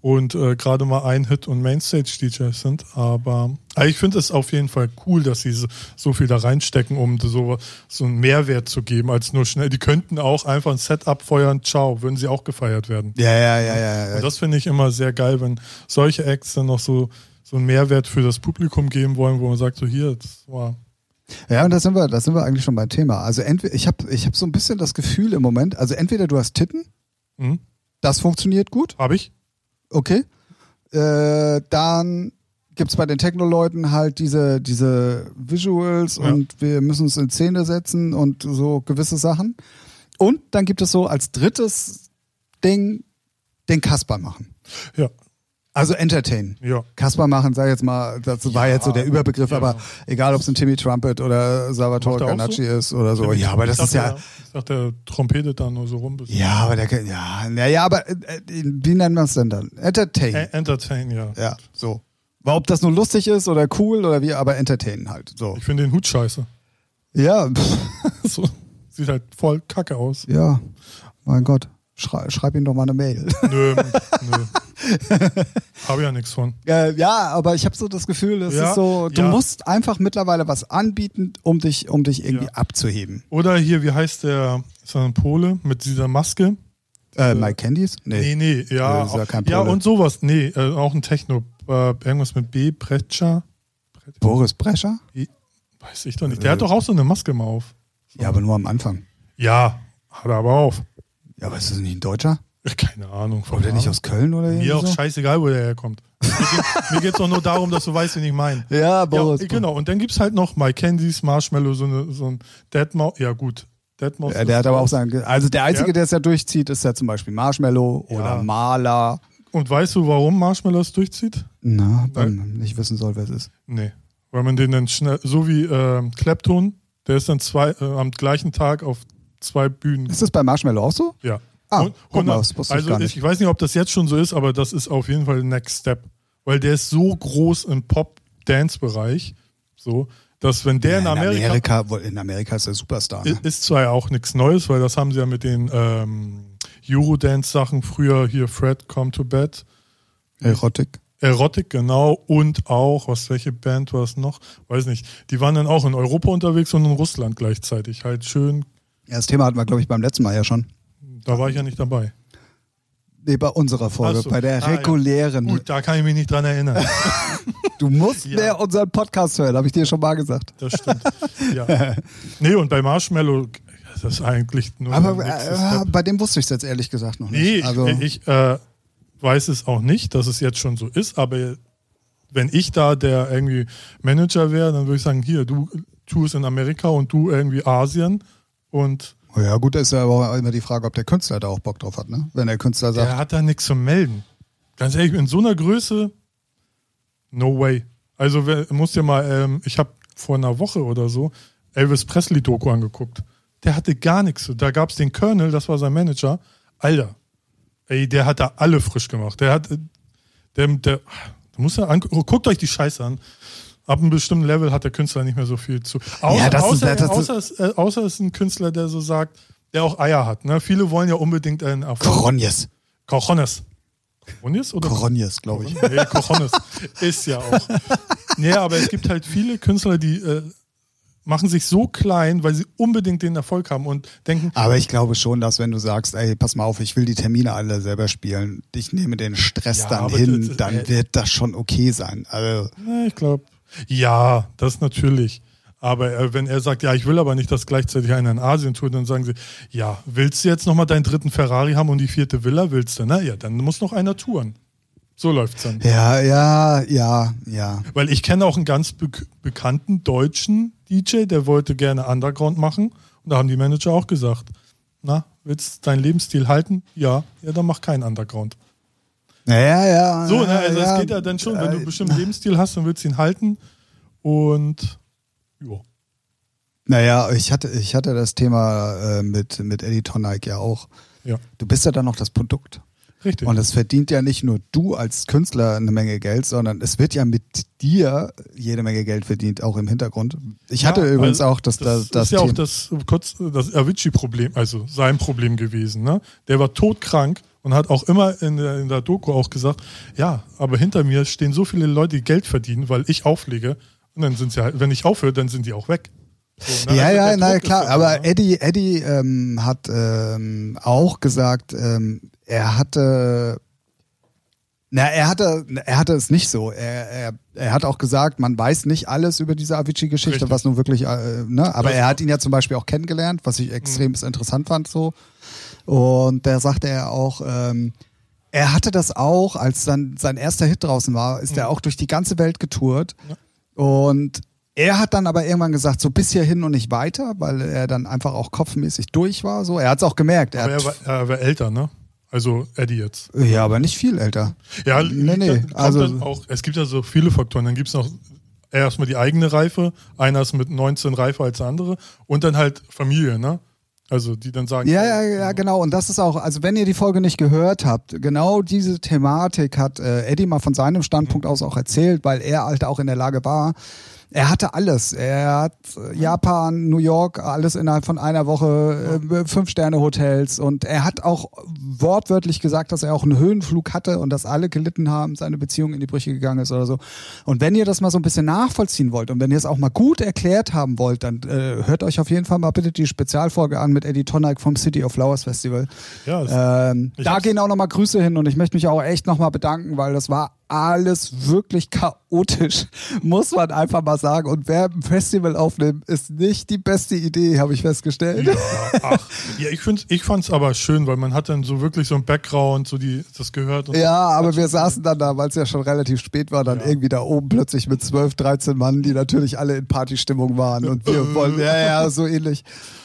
Und äh, gerade mal ein Hit und Mainstage-DJs sind. Aber aber ich finde es auf jeden Fall cool, dass sie so- so viel da reinstecken, um so, so einen Mehrwert zu geben, als nur schnell. Die könnten auch einfach ein Set abfeuern, ciao, würden sie auch gefeiert werden.
Ja, ja, ja, ja. ja.
Und das finde ich immer sehr geil, wenn solche Acts dann noch so, so einen Mehrwert für das Publikum geben wollen, wo man sagt, so hier, das war.
Ja, und da sind wir, da sind wir eigentlich schon beim Thema. Also entweder ich habe ich hab so ein bisschen das Gefühl im Moment, also entweder du hast Titten,
Hm,
das funktioniert gut,
hab ich?
okay. Äh, dann gibt's bei den Techno-Leuten halt diese, diese Visuals
Ja.
und wir müssen uns in Szene setzen und so gewisse Sachen. Und dann gibt es so als drittes Ding den Kasper machen.
Ja,
Also entertainen.
ja.
Kasper machen, sag ich jetzt mal, das war jetzt so der Überbegriff,
ja.
aber egal, ob es ein Timmy Trumpet oder Salvatore
Macht er auch
Ganacci ist oder so. Ja, aber das
Ich
ist ja.
dachte, Ich dachte, der trompetet da nur so rum.
Ja, aber der kann. Ja, naja, aber äh, äh, wie nennt man es denn dann? Entertain.
E- Entertain, ja.
Ja, so. War, ob das nur lustig ist oder cool oder wie, aber entertainen halt. So.
Ich finde den Hut scheiße.
Ja, pff,
[laughs] So, sieht halt voll kacke aus.
ja. Mein Gott. Schrei, schreib ihm doch mal eine Mail. [laughs]
Nö, [laughs] nö. Habe ja nichts von.
Äh, ja, aber ich habe so das Gefühl, es
Ja,
ist so, du
ja.
musst einfach mittlerweile was anbieten, um dich, um dich irgendwie
Ja.
abzuheben.
Oder hier, wie heißt der, ist das ein Pole mit dieser Maske?
Äh, My Candies? Nee.
Nee, nee, ja.
Das ist ja kein
ja,
Pole.
und sowas. Nee, äh, auch ein Techno. Äh, irgendwas mit B, Pretscher.
Boris Brescher?
Weiß ich doch nicht.
Äh,
Der hat doch auch so eine Maske mal auf.
Ja, aber nur am Anfang.
Ja, hat er aber auf.
Ja, aber ist das nicht ein Deutscher?
Ach, Keine Ahnung.
Kommt der nicht aus Köln oder irgendwie
Mir auch
so?
scheißegal, wo der herkommt. Mir geht- Mir geht es doch nur darum, dass du weißt, wen ich meine.
Ja, Boris.
Ja, genau. Und dann gibt es halt noch My Candies, Marshmallow, so, eine, so ein Deadmau. Ja, gut. Deadmau.
Ja, der hat aber auch sein. Ge- Also der Einzige,
Ja.
der es ja durchzieht, ist ja zum Beispiel Marshmallow oder Maler.
Und weißt du, warum Marshmallow es durchzieht?
Na, weil man nicht wissen soll, wer es ist.
Nee. Weil man den dann schnell, so wie ähm, Clapton, der ist dann zwei, äh, am gleichen Tag auf zwei Bühnen.
Ist das bei Marshmallow auch so?
Ja.
Ah,
Und-
guck mal,
100
das wusste ich
also
gar
ich,
nicht.
ich weiß nicht, ob das jetzt schon so ist, aber das ist auf jeden Fall Next Step. Weil der ist so groß im Pop-Dance-Bereich, so, dass wenn der in Amerika,
wo- in Amerika ist er Superstar. Ne?
i- ist zwar ja auch nichts Neues, weil das haben sie ja mit den ähm, Eurodance-Sachen früher hier Fred Come to Bed.
Erotik.
Erotik, genau, und auch, was welche Band war es noch? Weiß nicht. Die waren dann auch in Europa unterwegs und in Russland gleichzeitig. Halt schön,
Ja, das Thema hatten wir, glaube ich, beim letzten Mal ja schon.
da war ich ja nicht dabei.
Nee, bei unserer Folge,
Ach so.
bei der
Ah, ja.
regulären.
Gut, da kann ich mich nicht dran erinnern.
Du musst
Ja.
mehr unseren Podcast hören, habe ich dir schon mal gesagt.
Das
[laughs]
stimmt. ja. Nee, und bei Marshmallow, das ist eigentlich nur.
Aber
der nächste
äh,
Step.
bei dem wusste ich es jetzt ehrlich gesagt noch nicht.
nee, ich,
also,
ich äh, weiß es auch nicht, dass es jetzt schon so ist, aber wenn ich da der irgendwie Manager wäre, dann würde ich sagen: Hier, du, Tours in Amerika und du irgendwie Asien. Und
Ja, gut, da ist ja aber auch immer die Frage, ob der Künstler da auch Bock drauf hat, ne? Wenn der Künstler sagt,
der hat da nichts zu melden. Ganz ehrlich, in so einer Größe, no way. Also wer- muss dir mal, ähm, ich habe vor einer Woche oder so Elvis Presley-Doku angeguckt. Der hatte gar nichts. zu- Da gab es den Colonel, das war sein Manager. Alter, ey, der hat da alle frisch gemacht. Der hat, äh, der, der, da muss er angu- guckt euch die Scheiße an. Ab einem bestimmten Level hat der Künstler nicht mehr so viel zu. Außer,
das ist-
außer,
das ist-
außer, es- äh, außer es ist ein Künstler, der so sagt, der auch Eier hat. Ne? Viele wollen ja unbedingt einen Erfolg.
Coronjes.
Cojones. Cojones oder?
Coronjes, glaube ich.
Nee, Cojones. Ist ja auch. Nee, aber es gibt halt viele Künstler, die äh, machen sich so klein, weil sie unbedingt den Erfolg haben und denken,
Aber ich glaube schon, dass wenn du sagst, ey, pass mal auf, ich will die Termine alle selber spielen, ich nehme den Stress
Ja,
dann
aber
hin,
das-
dann
äh,
wird das schon okay sein. Also,
na, ich glaube, ja, das natürlich. Aber äh, wenn er sagt, ja, ich will aber nicht, dass gleichzeitig einer in Asien tut, dann sagen sie, ja, willst du jetzt nochmal deinen dritten Ferrari haben und die vierte Villa willst du? Na ja, dann muss noch einer touren. So läuft's dann.
ja, ja, ja, ja.
Weil ich kenne auch einen ganz be bekannten deutschen DJ, der wollte gerne Underground machen. Und da haben die Manager auch gesagt, na, willst du deinen Lebensstil halten? Ja, ja, dann mach keinen Underground.
Ja, ja.
So, ne, also
Ah, ja,
es geht ja dann schon, wenn du
äh,
einen bestimmten Lebensstil hast, dann willst du ihn halten. Und jo.
Naja, ich hatte, ich hatte das Thema äh, mit, mit Eddie Tonic ja auch.
ja,
Du bist ja dann noch das Produkt.
richtig.
Und es verdient ja nicht nur du als Künstler eine Menge Geld, sondern es wird ja mit dir jede Menge Geld verdient, auch im Hintergrund. Ich hatte
Ja,
übrigens
also
auch das, das,
das,
das
ist ja auch
Thema-
das kurz das Avicii-Problem, also sein Problem gewesen. Ne? Der war todkrank und hat auch immer in der, in der Doku auch gesagt, ja, aber hinter mir stehen so viele Leute, die Geld verdienen, weil ich auflege. Und dann sind sie halt, wenn ich aufhöre, dann sind die auch weg. So, ne?
Ja,
Also
ja,
der Druck
na
ist
klar.
da
Aber
drin, ne?
Eddie, Eddie ähm, hat ähm, auch gesagt, ähm, er hatte, na, er hatte, er hatte es nicht so. Er, er, er hat auch gesagt, man weiß nicht alles über diese Avicii-Geschichte,
Richtig.
was nun wirklich, äh, ne? Aber
Das-
er hat ihn ja zum Beispiel auch kennengelernt, was
Mhm.
ich extrem interessant fand so. Und da sagte er auch, ähm, er hatte das auch, als dann sein erster Hit draußen war, ist
Mhm.
er auch durch die ganze Welt getourt. Und er hat dann aber irgendwann gesagt, so bis hierhin und nicht weiter, weil er dann einfach auch kopfmäßig durch war. So, er hat es auch gemerkt. Er
aber
hat,
er war, er war älter, ne? Also Eddie jetzt.
ja, aber nicht viel älter.
Ja,
Nee,
liegt
nee,
dann- kommt
also-
dann auch, es gibt ja so viele Faktoren. Dann gibt es noch erstmal die eigene Reife, einer ist mit 19 reifer als der andere und dann halt Familie, ne? Also die dann sagen,
Ja, ja, ja, genau. Und das ist auch, also wenn ihr die Folge nicht gehört habt, genau diese Thematik hat äh, Eddie mal von seinem Standpunkt aus auch erzählt, weil er halt auch in der Lage war. Er hatte alles. Er hat äh, Japan, New York, alles innerhalb von einer Woche, äh, Fünf-Sterne-Hotels. Und er hat auch wortwörtlich gesagt, dass er auch einen Höhenflug hatte und dass alle gelitten haben, seine Beziehung in die Brüche gegangen ist oder so. Und wenn ihr das mal so ein bisschen nachvollziehen wollt und wenn ihr es auch mal gut erklärt haben wollt, dann äh, hört euch auf jeden Fall mal bitte die Spezialfolge an mit Eddie Tonic vom City of Flowers Festival.
Ja, es-
Ähm,
Ich
da
hab's-
gehen auch nochmal Grüße hin und ich möchte mich auch echt nochmal bedanken, weil das war alles wirklich chaotisch, [laughs] muss man einfach mal sagen. Und wer ein Festival aufnimmt, ist nicht die beste Idee, habe ich festgestellt.
Ja,
[laughs]
ach, ja ich, find's- ich fand es aber schön, weil man hat dann so wirklich so ein Background, so die, das gehört. Und
Ja, aber wir saßen dann da, weil es ja schon relativ spät war, dann irgendwie da oben plötzlich mit 12, 13 Mann, die natürlich alle in Partystimmung waren und wir wollen, ja, ja, so ähnlich.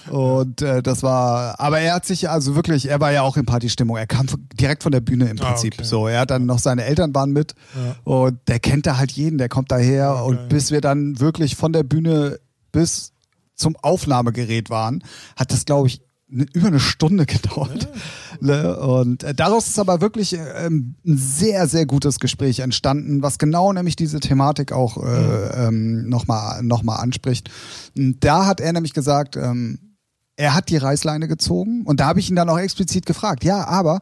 Und äh, das war, aber er hat sich, also wirklich, er war ja auch in Partystimmung, er kam von- direkt von der Bühne im
Ah,
Prinzip.
okay.
So, er hat dann noch seine Eltern waren mit und der kennt da halt jeden, der kommt daher und bis wir dann wirklich von der Bühne bis zum Aufnahmegerät waren, hat das, glaube ich, ne- über eine Stunde [laughs] gedauert. Ne? Und äh, daraus ist aber wirklich äh, ähm, ein sehr, sehr gutes Gespräch entstanden, was genau nämlich diese Thematik auch äh, ähm, nochmal noch mal anspricht. Und da hat er nämlich gesagt, ähm, er hat die Reißleine gezogen und da habe ich ihn dann auch explizit gefragt, ja, aber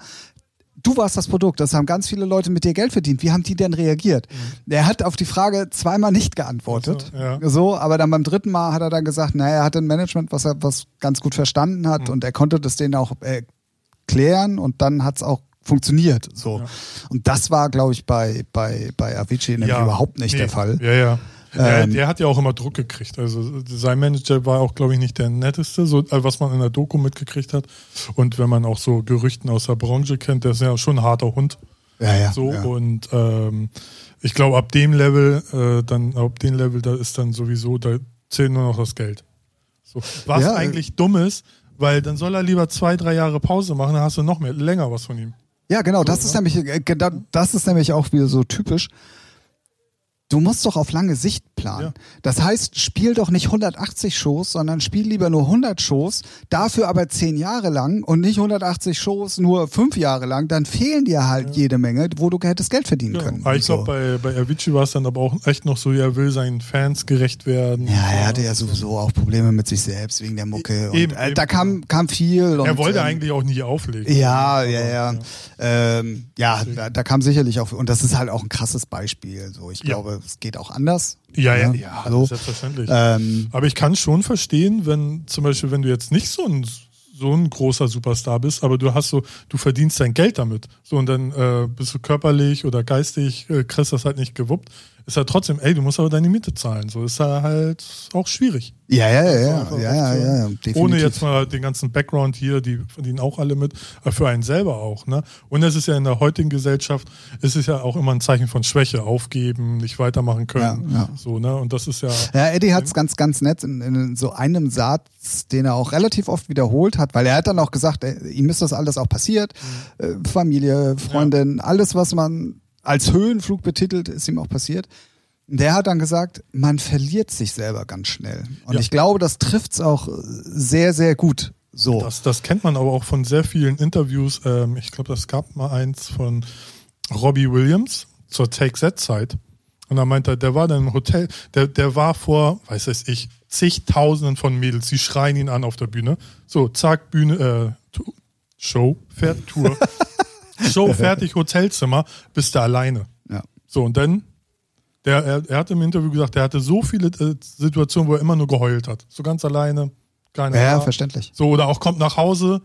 du warst das Produkt, das haben ganz viele Leute mit dir Geld verdient. Wie haben die denn reagiert? Er hat auf die Frage zweimal nicht geantwortet.
Mhm. Ach so, ja.
So, aber dann beim dritten Mal hat er dann gesagt, naja, er hatte ein Management, was er was ganz gut verstanden hat
Mhm.
und er konnte das denen auch erklären und dann hat es auch funktioniert. So. Und das war, glaube ich, bei, bei, bei Avicii nämlich
Ja,
überhaupt nicht
nee,
der Fall.
Ja, ja. Der,
Ähm.
der hat ja auch immer Druck gekriegt. Also sein Manager war auch, glaube ich, nicht der netteste, so, äh, was man in der Doku mitgekriegt hat. Und wenn man auch so Gerüchten aus der Branche kennt, der ist ja schon ein harter Hund.
Ja, ja.
So
ja.
und ähm, ich glaube ab dem Level, äh, dann ab dem Level, da ist dann sowieso da zählt nur noch das Geld. So. Was
Ja, äh,
eigentlich dumm ist, weil dann soll er lieber zwei, drei Jahre Pause machen, dann hast du noch mehr, länger was von ihm.
Ja, genau, das ist nämlich, äh, ge- da- das ist nämlich auch wieder so typisch. Du musst doch auf lange Sicht planen.
Ja.
Das heißt, spiel doch nicht 180 Shows, sondern spiel lieber nur 100 Shows, dafür aber 10 Jahre lang und nicht 180 Shows nur 5 Jahre lang. Dann fehlen dir halt jede Menge, wo du hättest Geld verdienen
Ja.
können.
Aber ich
und so.
glaube, bei, bei Avicii war es dann aber auch echt noch so, ja, er will seinen Fans gerecht werden. ne?
ja, er hatte ja sowieso auch Probleme mit sich selbst wegen der Mucke. Und,
E- Eben,
äh,
eben.
da kam, kam viel. Und,
Er wollte
ähm,
eigentlich auch nie auflegen.
Ja,
Aber, Hm.
ja, ja. Ähm, ja, da, da kam sicherlich auch, und das ist halt auch ein krasses Beispiel. So, ich
Ja.
glaube, es geht auch anders.
Ja, ja, ja,
hallo.
selbstverständlich.
Ähm,
Aber ich kann schon verstehen, wenn zum Beispiel, wenn du jetzt nicht so ein so ein großer Superstar bist, aber du hast so, du verdienst dein Geld damit. So und dann äh, bist du körperlich oder geistig, äh, kriegst das halt nicht gewuppt. Ist halt trotzdem, ey, du musst aber deine Miete zahlen. So ist ja halt auch schwierig.
ja, ja, ja,
Also,
ja, ja, ja,
so,
ja, ja definitiv.
Ohne jetzt mal den ganzen Background hier, die verdienen auch alle mit, aber für einen selber auch. Ne? Und es ist ja in der heutigen Gesellschaft, es ist ja auch immer ein Zeichen von Schwäche, aufgeben, nicht weitermachen können.
Ja, ja.
So, ne? Und das ist ja,
Ja, Eddie hat es ganz, ganz nett in, in so einem Satz, den er auch relativ oft wiederholt hat, weil er hat dann auch gesagt, äh, ihm ist das alles auch passiert. Äh, Familie, Freundin, alles, was man als Höhenflug betitelt, ist ihm auch passiert. Der hat dann gesagt, man verliert sich selber ganz schnell. Und
Ja.
ich glaube, das trifft's auch äh, sehr, sehr gut. So.
das, das kennt man aber auch von sehr vielen Interviews. Ähm, ich glaube, das gab mal eins von Robbie Williams zur Take-Set-Zeit. Und da meinte er, der war dann im Hotel, der, der war vor, weiß weiß ich, zigtausenden von Mädels, die schreien ihn an auf der Bühne. So, zack, Bühne, äh, Tu- Show,
[laughs]
fährt Tour. Show fertig, Hotelzimmer, bist du alleine.
Ja.
So, und dann, der, er, er hat im Interview gesagt, er hatte so viele äh, Situationen, wo er immer nur geheult hat. So ganz alleine, keiner.
Ja,
da.
verständlich.
So, oder auch kommt nach Hause,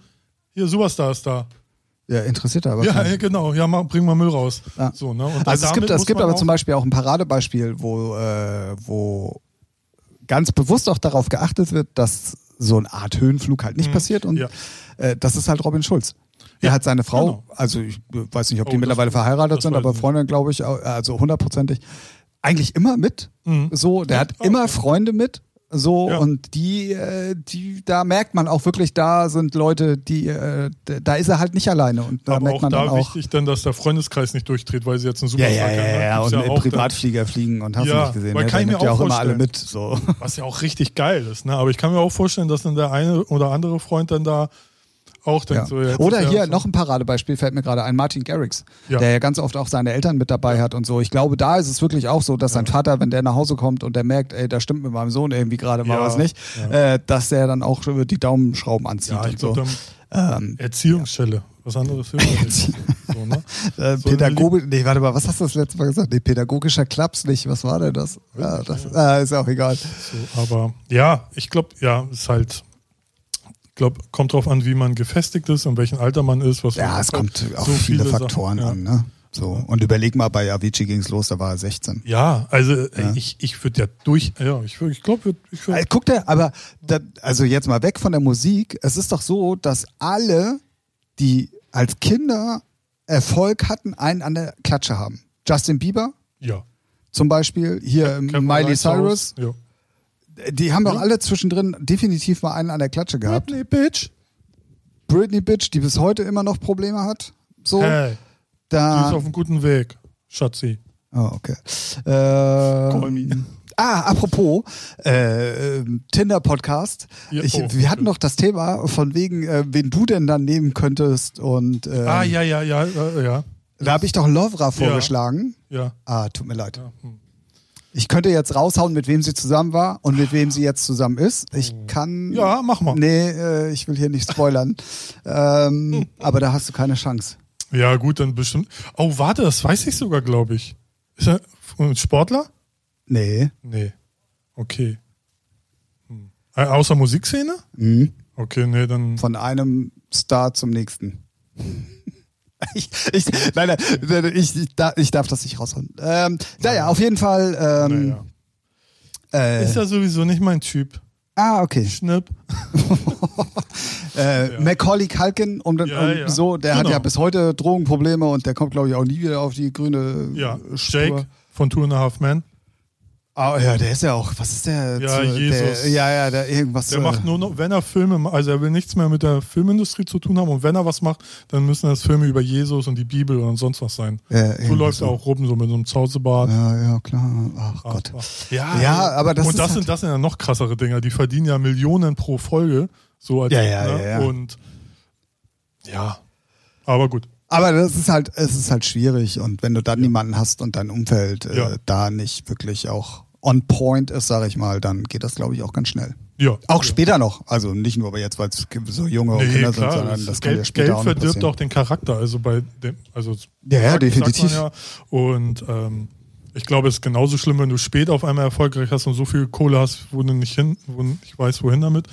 hier, Superstar ist da.
Ja, interessiert er aber.
Ja,
keinen.
ja, genau, ja, mach, bring mal Müll raus.
Ja.
So, ne? Und
Also es
damit
gibt, es
muss
gibt
man
aber
auch-
zum Beispiel auch ein Paradebeispiel, wo, äh, wo ganz bewusst auch darauf geachtet wird, dass so eine Art Höhenflug halt nicht passiert. Und
Mhm. ja.
äh, das ist halt Robin Schulz. Er
Ja,
hat seine Frau,
genau.
also ich weiß nicht, ob
Oh,
die
das-
mittlerweile verheiratet
das
sind,
weiß
aber
ich nicht.
Freundin, glaube ich, au- also hundertprozentig, eigentlich immer mit.
Mhm.
So, der hat
Ah,
immer
okay.
Freunde mit. So,
Ja.
und die, äh, die, da merkt man auch wirklich, da sind Leute, die, äh, d- da ist er halt nicht alleine. Und da
aber
merkt
auch
man
da
dann auch.
wichtig dann, dass der Freundeskreis nicht durchdreht, weil sie jetzt einen
Ja,
Superstar
ja, ja,
kennen.
ja,
ne? Gibt's
und mit
auch dann-
Privatflieger fliegen und hast du
Ja,
nicht gesehen.
weil
ne?
kann
Da
ich mir
nimmt ja
auch
auch immer alle
vorstellen.
mit.
[laughs]
So.
Was ja auch richtig geil ist, ne? Aber ich kann mir auch vorstellen, dass dann der eine oder andere Freund dann da auch denkt,
Ja.
so jetzt ist
Oder
er
hier
so-
noch ein Paradebeispiel fällt mir gerade ein, Martin Garrix,
Ja.
der ja ganz oft auch seine Eltern mit dabei hat und so. Ich glaube, da ist es wirklich auch so, dass sein Vater, wenn der nach Hause kommt und der merkt, ey, da stimmt mit meinem Sohn irgendwie gerade mal
Ja,
was nicht, äh, dass der dann auch schon die Daumenschrauben anzieht
Ja, ich
und
glaub,
so.
dann
Ähm,
Erziehungsstelle. Was anderes will
[laughs]
man nicht. so, ne?
äh,
so
Pädagogisch, nee, warte mal, was hast du das letzte Mal gesagt? Nee, pädagogischer Klaps nicht, was war denn das? Ja, das äh, ist auch egal.
So, aber ja, ich glaube, ja, ist halt, ich glaube, kommt drauf an, wie man gefestigt ist und welchen Alter man ist. Was
Ja,
für-
es kommt auf
so
viele,
Sachen,
Faktoren
ja.
an. Ne? So. Und überleg mal, bei Avicii ging es los, da war er 16.
Ja, also äh, ich, ich würde ja durch, ja, ich glaube, ich, glaub, würd- ich
Äh,
würd,
Guck dir, aber da, also jetzt mal weg von der Musik. Es ist doch so, dass alle, die als Kinder Erfolg hatten, einen an der Klatsche haben. Justin Bieber
ja.
zum Beispiel, hier
Cameron
Miley
Rice
Cyrus,
House, Ja.
die haben doch
Ja.
alle zwischendrin definitiv mal einen an der Klatsche gehabt.
Britney, Bitch.
Britney Bitch, die bis heute immer noch Probleme hat. So,
Hey, die ist
da.
auf einem guten Weg, Schatzi.
Oh, okay. Ähm,
Call me.
Ah, apropos äh, ähm, Tinder-Podcast.
Ja,
Ich-
oh,
wir hatten
schön.
noch das Thema von wegen, äh, wen du denn dann nehmen könntest. Und ähm,
ah, ja, ja, ja, äh, ja,
da habe ich doch Lovra vorgeschlagen.
ja.
Ah, tut mir leid.
ja. Hm.
Ich könnte jetzt raushauen, mit wem sie zusammen war und mit wem sie jetzt zusammen ist. Ich kann.
Oh. Ja, mach mal.
Nee, äh, ich will hier nicht
[laughs]
spoilern. ähm, aber da hast du keine Chance.
Ja, gut, dann bestimmt. Oh, warte, das weiß ich sogar, glaube ich. Ist er ein Sportler?
Nee.
Nee. Okay. Hm. Äh, Außer Musikszene?
Mhm.
Okay, nee, dann.
von einem Star zum nächsten. Ich, ich, nein, nein, nein, ich, ich, da, ich darf das nicht rausholen. Ähm, naja, auf jeden Fall. Ähm,
Naja.
äh,
Ist ja sowieso nicht mein Typ.
ah, okay.
Schnipp.
Äh,
Ja.
Macaulay Culkin, um, den-
Ja,
um
ja.
so, der hat
Genau.
ja bis heute Drogenprobleme und der kommt, glaube ich, auch nie wieder auf die grüne
Ja.
äh, Spur.
Jake von Two and a Half Men.
Ah ja, der ist ja auch, was ist der?
Ja, Jesus.
Der, ja, ja, der irgendwas. äh,
Der macht nur noch, wenn er Filme, ma- also er will nichts mehr mit der Filmindustrie zu tun haben und wenn er was macht, dann müssen das Filme über Jesus und die Bibel und sonst was sein.
Ja,
so
irgendwie
läuft
so.
er auch rum, so mit so einem Zauzebart.
Ja, ja, klar. Ach Gott.
Ja,
Ja, aber das
und
ist
das
halt-
sind das sind ja noch krassere Dinger, die verdienen ja Millionen pro Folge, so als
Ja, ja,
ne?
ja, ja.
und ja, aber gut.
Aber das ist halt, es ist halt schwierig und wenn du dann niemanden hast und dein Umfeld äh,
Ja.
da nicht wirklich auch on point ist, sage ich mal, dann geht das, glaube ich, auch ganz schnell.
Ja.
Auch
ja.
später noch, also nicht nur, aber jetzt, weil es so junge und
Nee,
Kinder
klar,
sind, sondern das,
das
kann ja
Geld,
später
Geld
auch noch
verdirbt
passieren.
auch den Charakter, also bei dem, also
Ja, ja,
sagt-
definitiv.
sagt man ja. Und ähm, ich glaube, es ist genauso schlimm, wenn du spät auf einmal erfolgreich hast und so viel Kohle hast, wo du nicht hin, wo du nicht weißt, wohin damit.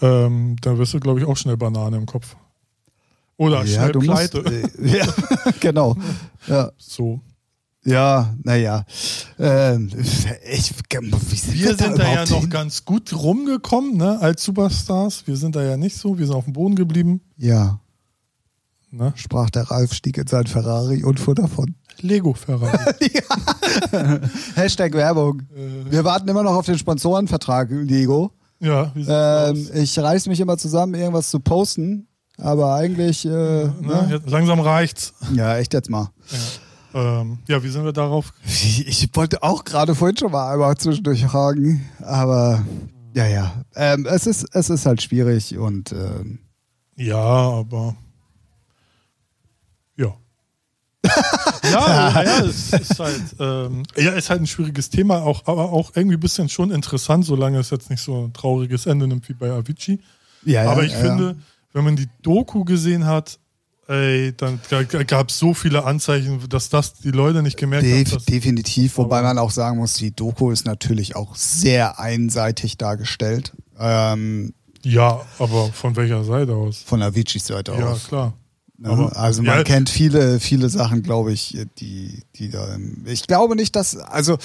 Ähm, da wirst du, glaube ich, auch schnell Banane im Kopf. Oder
ja,
schnell
du musst,
pleite.
äh, [laughs] ja, genau. Ja,
so.
ja naja. Ähm, ich, wie
Wir sind da ja
überhaupt
noch
hin?
ganz gut rumgekommen, ne, als Superstars. Wir sind da ja nicht so, wir sind auf dem Boden geblieben.
Ja,
Ne?
sprach der Ralf, stieg in sein Ferrari und fuhr
[laughs]
davon. [laughs]
Lego Ferrari.
Hashtag Werbung.
Äh.
Wir warten immer noch auf den Sponsorenvertrag, Lego.
ja, wie sieht's
Ähm,
aus?
ich reiß mich immer zusammen, irgendwas zu posten. Aber eigentlich, äh,
Ne?
ne?
Jetzt langsam reicht's.
ja, echt jetzt mal.
Ja. Ähm, ja, wie sind wir darauf?
[laughs] Ich wollte auch gerade vorhin schon mal einmal zwischendurch fragen, aber ja, ja. Ähm, es, ist, es ist halt schwierig und ähm,
Ja, aber. Ja. [laughs] ja, ja, es ist halt, ähm, ja, ist halt ein schwieriges Thema, auch, aber auch irgendwie ein bisschen schon interessant, solange es jetzt nicht so ein trauriges Ende nimmt wie bei Avicii.
ja, ja,
aber ich
ja,
finde, wenn man die Doku gesehen hat, ey, dann gab es so viele Anzeichen, dass das die Leute nicht
ja.
gemerkt
Def
haben. Dass,
definitiv, wobei
aber-
man auch sagen muss, die Doku ist natürlich auch sehr einseitig dargestellt. Ähm,
ja, aber von welcher Seite aus?
von Aviciis Seite
Ja,
aus.
klar.
Ne?
Aber-
also man
Mhm. ja.
kennt viele, viele Sachen, glaube ich, die, die da. Ich glaube nicht, dass, also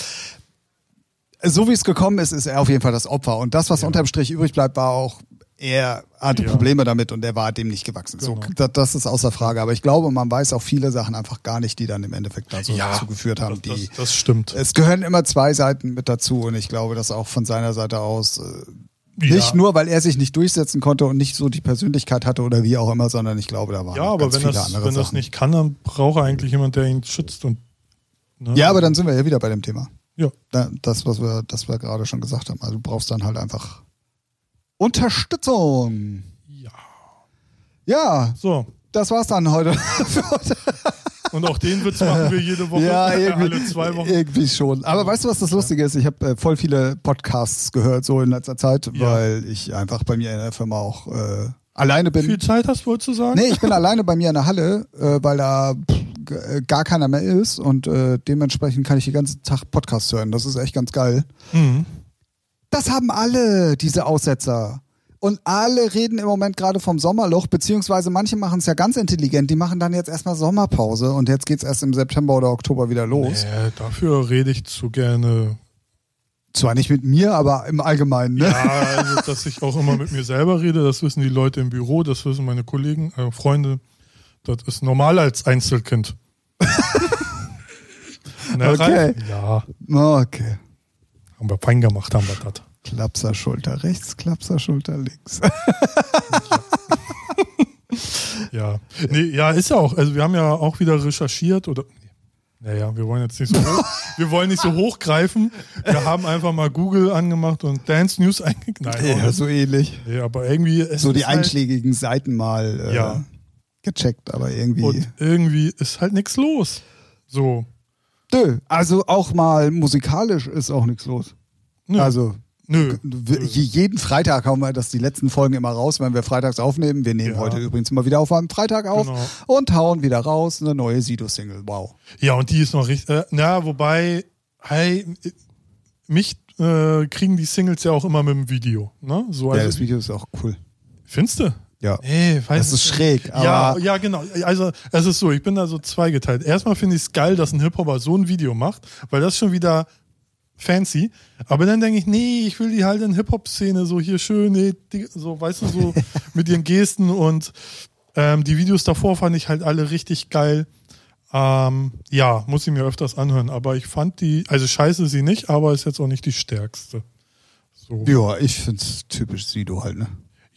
so wie es gekommen ist, ist er auf jeden Fall das Opfer. Und das, was
Ja.
unterm Strich übrig bleibt, war auch, er hatte
Ja.
Probleme damit und er war dem nicht gewachsen.
Genau.
So, das, das ist außer Frage. Aber ich glaube, man weiß auch viele Sachen einfach gar nicht, die dann im Endeffekt dazu,
Ja,
dazu geführt haben,
Das, das,
die.
das stimmt.
Es gehören immer zwei Seiten mit dazu und ich glaube, dass auch von seiner Seite aus äh, nicht
ja.
nur, weil er sich nicht durchsetzen konnte und nicht so die Persönlichkeit hatte oder wie auch immer, sondern ich glaube, da waren
Ja,
noch
aber
ganz
wenn
viele
das,
andere
wenn
Sachen.
das nicht kann, dann braucht er eigentlich jemand, der ihn schützt. Und, ne?
ja, aber dann sind wir ja wieder bei dem Thema.
Ja.
Da- Das, was wir, das wir gerade schon gesagt haben. Also du brauchst dann halt einfach Unterstützung.
ja.
Ja,
So.
das war's dann heute.
Und auch den Witz machen wir jede
[laughs]
Woche, [laughs]
ja, Äh, irgendwie,
alle zwei Wochen.
irgendwie schon. Aber weißt du, was das Lustige ist? Ich habe äh, voll viele Podcasts gehört so in letzter Zeit,
Ja.
weil ich einfach bei mir in der Firma auch äh, alleine bin.
Viel Zeit hast, wolltest du
[laughs]
sagen?
Nee, ich bin alleine bei mir in der Halle, äh, weil da pff, g- äh, gar keiner mehr ist und äh, dementsprechend kann ich den ganzen Tag Podcasts hören. Das ist echt ganz geil.
Mhm.
Das haben alle, diese Aussetzer. Und alle reden im Moment gerade vom Sommerloch, beziehungsweise manche machen es ja ganz intelligent. Die machen dann jetzt erstmal Sommerpause und jetzt geht's erst im September oder Oktober wieder los.
Nee, dafür rede ich zu gerne.
Zwar nicht mit mir, aber im Allgemeinen. Ne?
Ja, also, dass ich auch immer mit mir selber rede, das wissen die Leute im Büro, das wissen meine Kollegen, äh, Freunde. Das ist normal
[laughs]
als Einzelkind. Ne,
Okay.
Ralf? Ja,
Okay.
haben wir fein gemacht, haben wir das.
Klapser Schulter rechts, Klapser Schulter links. [laughs]
Ja. Nee, ja, ist ja auch. Also wir haben ja auch wieder recherchiert oder. Naja, wir wollen jetzt nicht so
[laughs]
hoch, wir wollen nicht so hochgreifen. Wir haben einfach mal Google angemacht und Dance News eingeknallt.
Ja, so ähnlich.
Nee, aber irgendwie es
So die
ist halt,
einschlägigen Seiten mal äh,
Ja.
gecheckt, aber irgendwie.
und irgendwie ist halt nichts los. So.
Nö, also auch mal musikalisch ist auch nichts los.
Nö.
Also
nö.
w- je- jeden Freitag hauen wir das die letzten Folgen immer raus, wenn wir freitags aufnehmen. Wir nehmen
Ja.
heute übrigens mal wieder auf einem Freitag auf
Genau.
und hauen wieder raus eine neue Sido-Single. Wow.
Ja, und die ist noch richtig. Äh, na, wobei, hey, mich äh, kriegen die Singles ja auch immer mit dem Video. Ne? So,
ja, das
also,
Video ist auch cool.
findest du?
Ja.
Ey, weiß
Das ist
nicht.
schräg,
Ja,
aber
ja, genau. Also es ist so, ich bin da so zweigeteilt. Erstmal finde ich es geil, dass ein Hip-Hopper so ein Video macht, weil das schon wieder fancy. Aber dann denke ich, nee, ich will die halt in Hip-Hop-Szene so hier schön, nee, die, so, weißt du, so mit ihren Gesten und ähm, die Videos davor fand ich halt alle richtig geil. Ähm, ja, muss ich mir öfters anhören. Aber ich fand die, also scheiße sie nicht, aber ist jetzt auch nicht die stärkste. So.
Ja, ich find's typisch Sido halt, ne?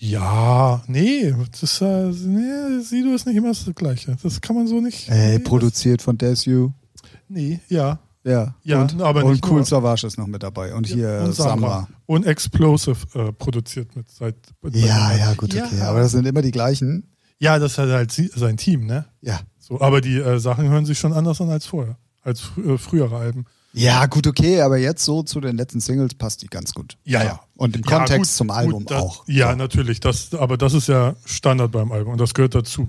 Ja, nee, das ist, äh, nee, Sido ist nicht immer das Gleiche. Das kann man so nicht.
Ey,
nee,
produziert von Des You.
das- Nee, ja.
Ja.
Ja,
und,
aber
und
nicht
Cool
nur.
Savage ist noch mit dabei. Und hier
und
Samra.
Und Explosive äh, produziert mit seit. Mit
Ja,
seit-
ja, gut, okay.
Ja,
Aber das sind immer die gleichen.
ja, das hat halt sie- sein Team, ne?
Ja.
So, aber die äh, Sachen hören sich schon anders an als vorher, als fr äh, frühere Alben.
Ja, gut, okay, aber jetzt so zu den letzten Singles passt die ganz gut.
Ja, ja.
Und im
Ja,
Kontext
gut,
zum
gut,
Album
das,
auch.
Ja, natürlich. Das, aber das ist ja Standard beim Album und das gehört dazu.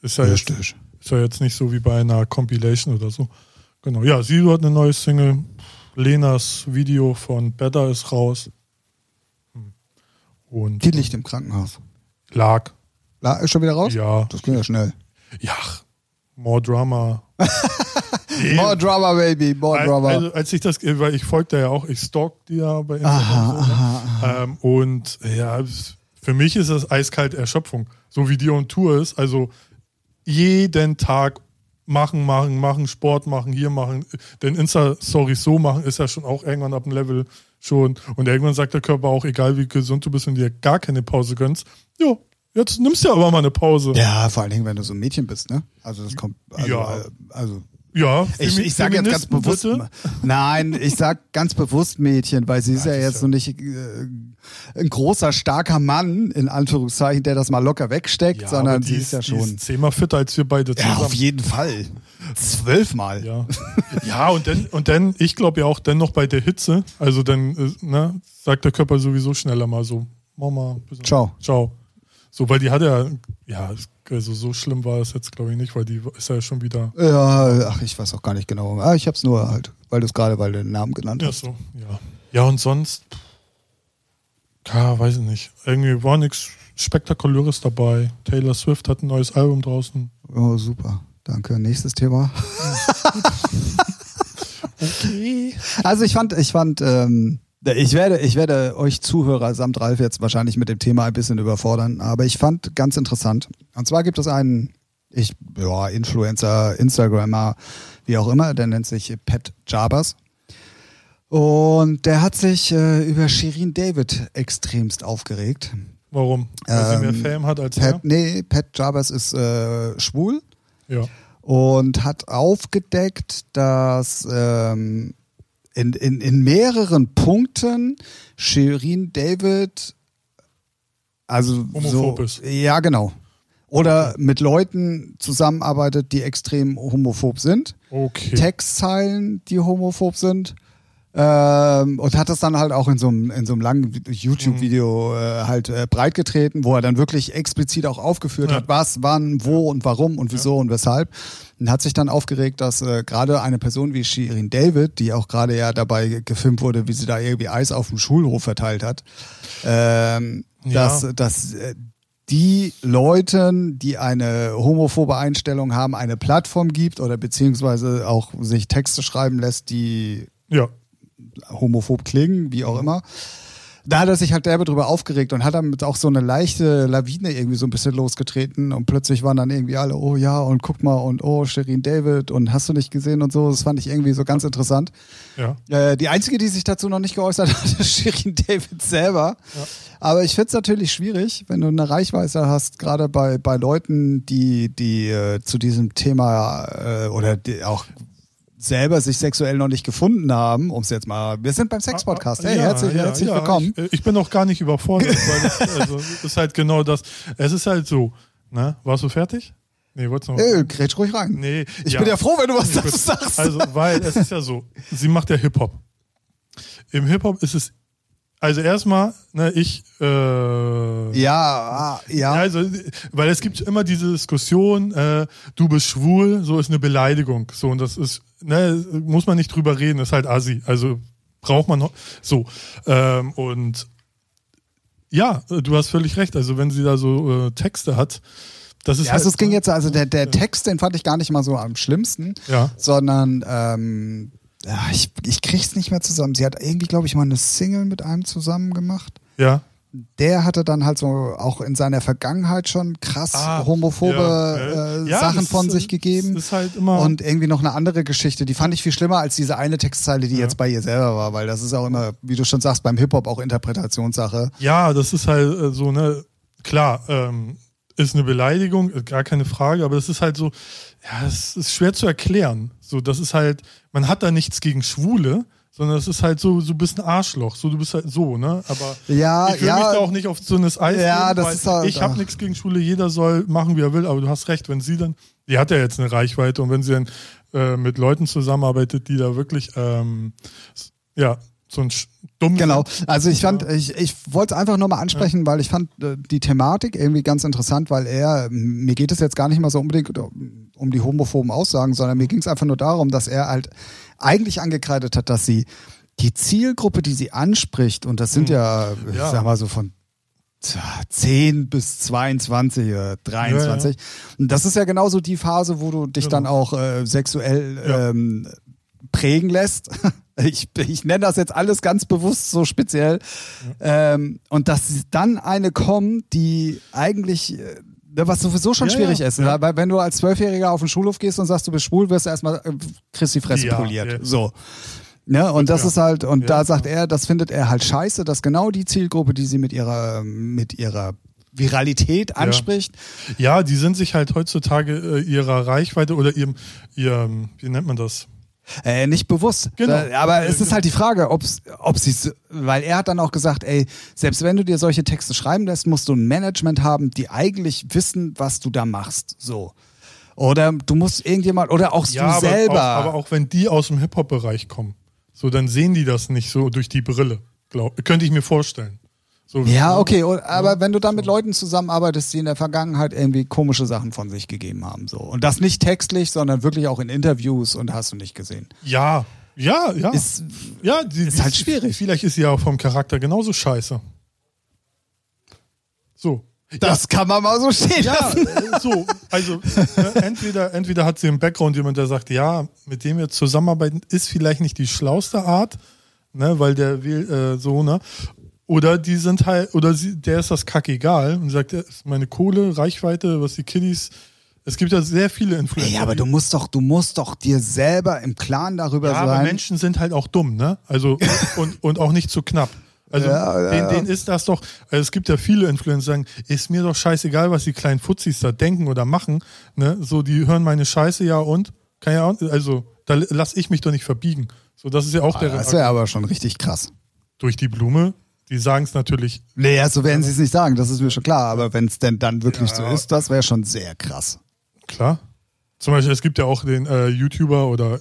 Ist ja, jetzt,
Richtig.
ist ja jetzt nicht so wie bei einer Compilation oder so. Genau. Ja, Sido hat eine neue Single. Lenas Video von Better ist raus. Hm. Und
Die liegt im Krankenhaus.
lag.
La, ist schon wieder raus?
Ja.
Das ging ja schnell.
Ja. More
[laughs]
Drama. Nee,
More Drama, Baby, more
Al-
Drama.
Also, als ich das, weil ich folgte ja auch, ich stalk die ja bei Instagram.
Aha,
so, ne? Ähm, und ja, es- für mich ist das eiskalt Erschöpfung. So wie die on Tour ist. Also jeden Tag machen, machen, machen, Sport machen, hier machen. Denn Insta-Stories so machen ist ja schon auch irgendwann ab dem Level schon. Und irgendwann sagt der Körper auch, egal wie gesund du bist, wenn du dir gar keine Pause gönnst, jo, jetzt nimmst du ja aber mal eine Pause.
ja, vor allen Dingen, wenn du so ein Mädchen bist, ne? Also das kommt. Also,
Ja.
äh, also
Ja,
ich,
Femi-
ich sage jetzt ganz
Feministen,
bewusst.
bitte.
Nein, ich sag ganz bewusst Mädchen, weil sie ist ja,
das ist
jetzt so nicht äh, ein großer, starker Mann, in Anführungszeichen, der das mal locker wegsteckt,
Ja,
sondern
aber die
sie ist ja
die
schon.
Ist zehnmal fitter als wir beide
Ja,
zusammen.
auf jeden Fall. Zwölfmal.
Ja, ja und dann, und dann ich glaube ja auch, dann noch bei der Hitze, also dann äh, ne, sagt der Körper sowieso schneller mal so, Mama, bis-
Ciao.
Ciao. So, weil die hat ja, ja, also so schlimm war es jetzt glaube ich nicht, weil die ist ja schon wieder,
Ja, ach, ich weiß auch gar nicht genau. Ah, ich hab's nur halt, weil du es gerade weil du den Namen genannt
ja
hast.
so, ja. Ja und sonst, pff, ja, weiß ich nicht, irgendwie war nichts Spektakuläres dabei. Taylor Swift hat ein neues Album draußen.
Oh, super. Danke. Nächstes Thema.
Okay.
Also ich fand, ich fand, ähm, ich werde, ich werde euch Zuhörer samt Ralf jetzt wahrscheinlich mit dem Thema ein bisschen überfordern, aber ich fand ganz interessant. Und zwar gibt es einen, ich, ja, Influencer, Instagrammer, wie auch immer, der nennt sich Pat Jabas. Und der hat sich äh, über Shirin David extremst aufgeregt.
Warum? Weil sie
Ähm,
mehr Fame hat als
Pat,
er?
nee, Pat Jabas ist äh, schwul
Ja.
und hat aufgedeckt, dass ähm, in, in, in mehreren Punkten Shirin David also
Homophob
so,
ist.
Ja, genau. Oder mit Leuten zusammenarbeitet, die extrem homophob sind.
Okay.
Textzeilen, die homophob sind. Ähm, und hat das dann halt auch in so einem, in so einem langen Vi- YouTube-Video äh, halt äh, breitgetreten, wo er dann wirklich explizit auch aufgeführt
Ja.
hat, was, wann, wo und warum und wieso und weshalb. Und hat sich dann aufgeregt, dass äh, gerade eine Person wie Shirin David, die auch gerade ja dabei ge- gefilmt wurde, wie sie da irgendwie Eis auf dem Schulhof verteilt hat, ähm,
Ja.
dass, dass äh, die Leuten, die eine homophobe Einstellung haben, eine Plattform gibt oder beziehungsweise auch sich Texte schreiben lässt, die
ja.
homophob klingen, wie auch immer. Da hat er sich halt derbe drüber aufgeregt und hat damit auch so eine leichte Lawine irgendwie so ein bisschen losgetreten und plötzlich waren dann irgendwie alle, oh ja, und guck mal und oh, Sherin David und hast du nicht gesehen und so. Das fand ich irgendwie so ganz interessant.
Ja.
Äh, die einzige, die sich dazu noch nicht geäußert hat, [laughs] ist Shirin David selber. Aber ich finde es natürlich schwierig, wenn du eine Reichweite hast, gerade bei, bei Leuten, die, die äh, zu diesem Thema äh, oder die auch selber sich sexuell noch nicht gefunden haben, um es jetzt mal. Wir sind beim Sex-Podcast. Hey,
Ah, Ja,
herzlich,
ja,
herzlich
ja,
willkommen.
Ich, ich bin auch gar
[laughs]
nicht überfordert, weil das, also, das ist halt genau das. Es ist halt so, ne? Warst du fertig? Nee, wolltest du noch?
Äh, grätsch ruhig rein.
Nee,
ich bin ja froh, wenn du was dazu
Gut.
sagst.
Also, weil es ist ja so, sie macht ja Hip-Hop. Im Hip-Hop ist es, also erstmal, ne, ich, äh,
ja, ah, ja.
ja, also, weil es gibt immer diese Diskussion, äh, du bist schwul, so ist eine Beleidigung. So, und das ist, ne, muss man nicht drüber reden, ist halt assi. Also braucht man noch. So. Ähm, und ja, du hast völlig recht. Also, wenn sie da so äh, Texte hat, das ist halt
Ja, also es ging jetzt, also der, der Text, den fand ich gar nicht mal so am schlimmsten,
Ja.
sondern ähm, ja, ich, ich krieg's nicht mehr zusammen. Sie hat irgendwie, glaube ich, mal eine Single mit einem zusammen gemacht.
Ja.
der hatte dann halt so auch in seiner Vergangenheit schon krass
Ah,
homophobe
ja,
äh,
ja. Ja,
Sachen
das
von
ist,
sich gegeben.
das ist halt immer-
und irgendwie noch eine andere Geschichte, die fand ich viel schlimmer als diese eine Textzeile, die jetzt bei ihr selber war, weil das ist auch immer, wie du schon sagst, beim Hip-Hop auch Interpretationssache.
Ja, das ist halt äh, so, ne, klar, ähm, ist eine Beleidigung, äh, gar keine Frage, aber das ist halt so, ja, es ist schwer zu erklären. So, das ist halt, man hat da nichts gegen Schwule, sondern es ist halt so, so du bist ein Arschloch, so du bist halt so, ne? Aber
Ja,
ich will
ja.
mich da auch nicht auf so ein Eis
Ja,
legen,
das
weil
ist halt-
ich habe
ach.
nichts gegen Schwule, jeder soll machen, wie er will, aber du hast recht, wenn sie dann, die hat ja jetzt eine Reichweite und wenn sie dann äh, mit Leuten zusammenarbeitet, die da wirklich, ähm, s- ja, so ein sch- dummes
Genau. Also ich fand, ich, ich wollte es einfach nur mal ansprechen, weil ich fand äh, die Thematik irgendwie ganz interessant, weil er, m, mir geht es jetzt gar nicht mal so unbedingt um um die homophoben Aussagen, sondern mir ging es einfach nur darum, dass er halt eigentlich angekreidet hat, dass sie die Zielgruppe, die sie anspricht, und das sind Hm. ja, ich
Ja.
sag mal so von tja, 10 bis 22 oder 23. Und das ist ja genauso die Phase, wo du dich
Genau.
dann auch äh, sexuell
Ja.
ähm, prägen lässt. [laughs] Ich, ich nenne das jetzt alles ganz bewusst so speziell. Ähm, und dass dann eine kommt, die eigentlich, äh, was sowieso schon
Ja,
schwierig
ja,
ist. ne?
ja.
Weil wenn du als Zwölfjähriger auf den Schulhof gehst und sagst, du bist schwul, wirst du erstmal äh, kriegst die Fresse
Ja,
poliert.
ja.
So. Ne? Und das
Ja.
ist halt, und
Ja,
da
ja.
sagt er, das findet er halt scheiße, dass genau die Zielgruppe, die sie mit ihrer, mit ihrer Viralität anspricht,
Ja, die sind sich halt heutzutage äh, ihrer Reichweite oder ihrem, ihrem, wie nennt man das?
Äh, nicht bewusst.
Genau.
Da, aber es ist
Genau.
halt die Frage, ob's, ob sie weil er hat dann auch gesagt, ey, selbst wenn du dir solche Texte schreiben lässt, musst du ein Management haben, die eigentlich wissen, was du da machst. So. Oder du musst irgendjemand, oder auch du
aber,
selber.
Auch, aber auch wenn die aus dem Hip-Hop-Bereich kommen, so dann sehen die das nicht so durch die Brille. Glaub, könnte ich mir vorstellen. So,
ja,
ne?
okay, und, aber wenn du dann mit Leuten zusammenarbeitest, die in der Vergangenheit irgendwie komische Sachen von sich gegeben haben, so. Und das nicht textlich, sondern wirklich auch in Interviews und hast du nicht gesehen.
Ja, ja, ja.
Ist,
ja die,
ist
die-
halt schwierig.
Vielleicht ist sie ja vom Charakter genauso scheiße. So.
das kann man mal so stehen
Ja,
lassen.
äh, [laughs] so. Also ne, entweder, entweder hat sie im Background jemand, der sagt, ja, mit dem wir zusammenarbeiten, ist vielleicht nicht die schlauste Art, ne, weil der will äh, so, ne? Oder die sind halt, oder sie, der ist das kackegal und sagt, ja, ist meine Kohle, Reichweite, was die Kiddies. Es gibt ja sehr viele Influencer.
Ja, aber du musst doch, du musst doch dir selber im Klaren darüber
ja, aber
sein.
Menschen sind halt auch dumm, ne? Also
[laughs]
und, und auch nicht zu knapp. Also
Ja, ja, ja.
den, ist das doch, also es gibt ja viele Influencer, die sagen, ist mir doch scheißegal, was die kleinen Fuzzis da denken oder machen, ne? So, die hören meine Scheiße ja und kann ja auch, also da lass ich mich doch nicht verbiegen. So, das ist ja auch der
Ah, das wäre aber schon richtig krass.
durch die Blume. Die sagen es natürlich,
Nee, so werden sie es nicht sagen, das ist mir schon klar. Aber wenn es denn dann wirklich
Ja.
so ist, das wäre schon sehr krass.
klar. Zum Beispiel, es gibt ja auch den äh, YouTuber oder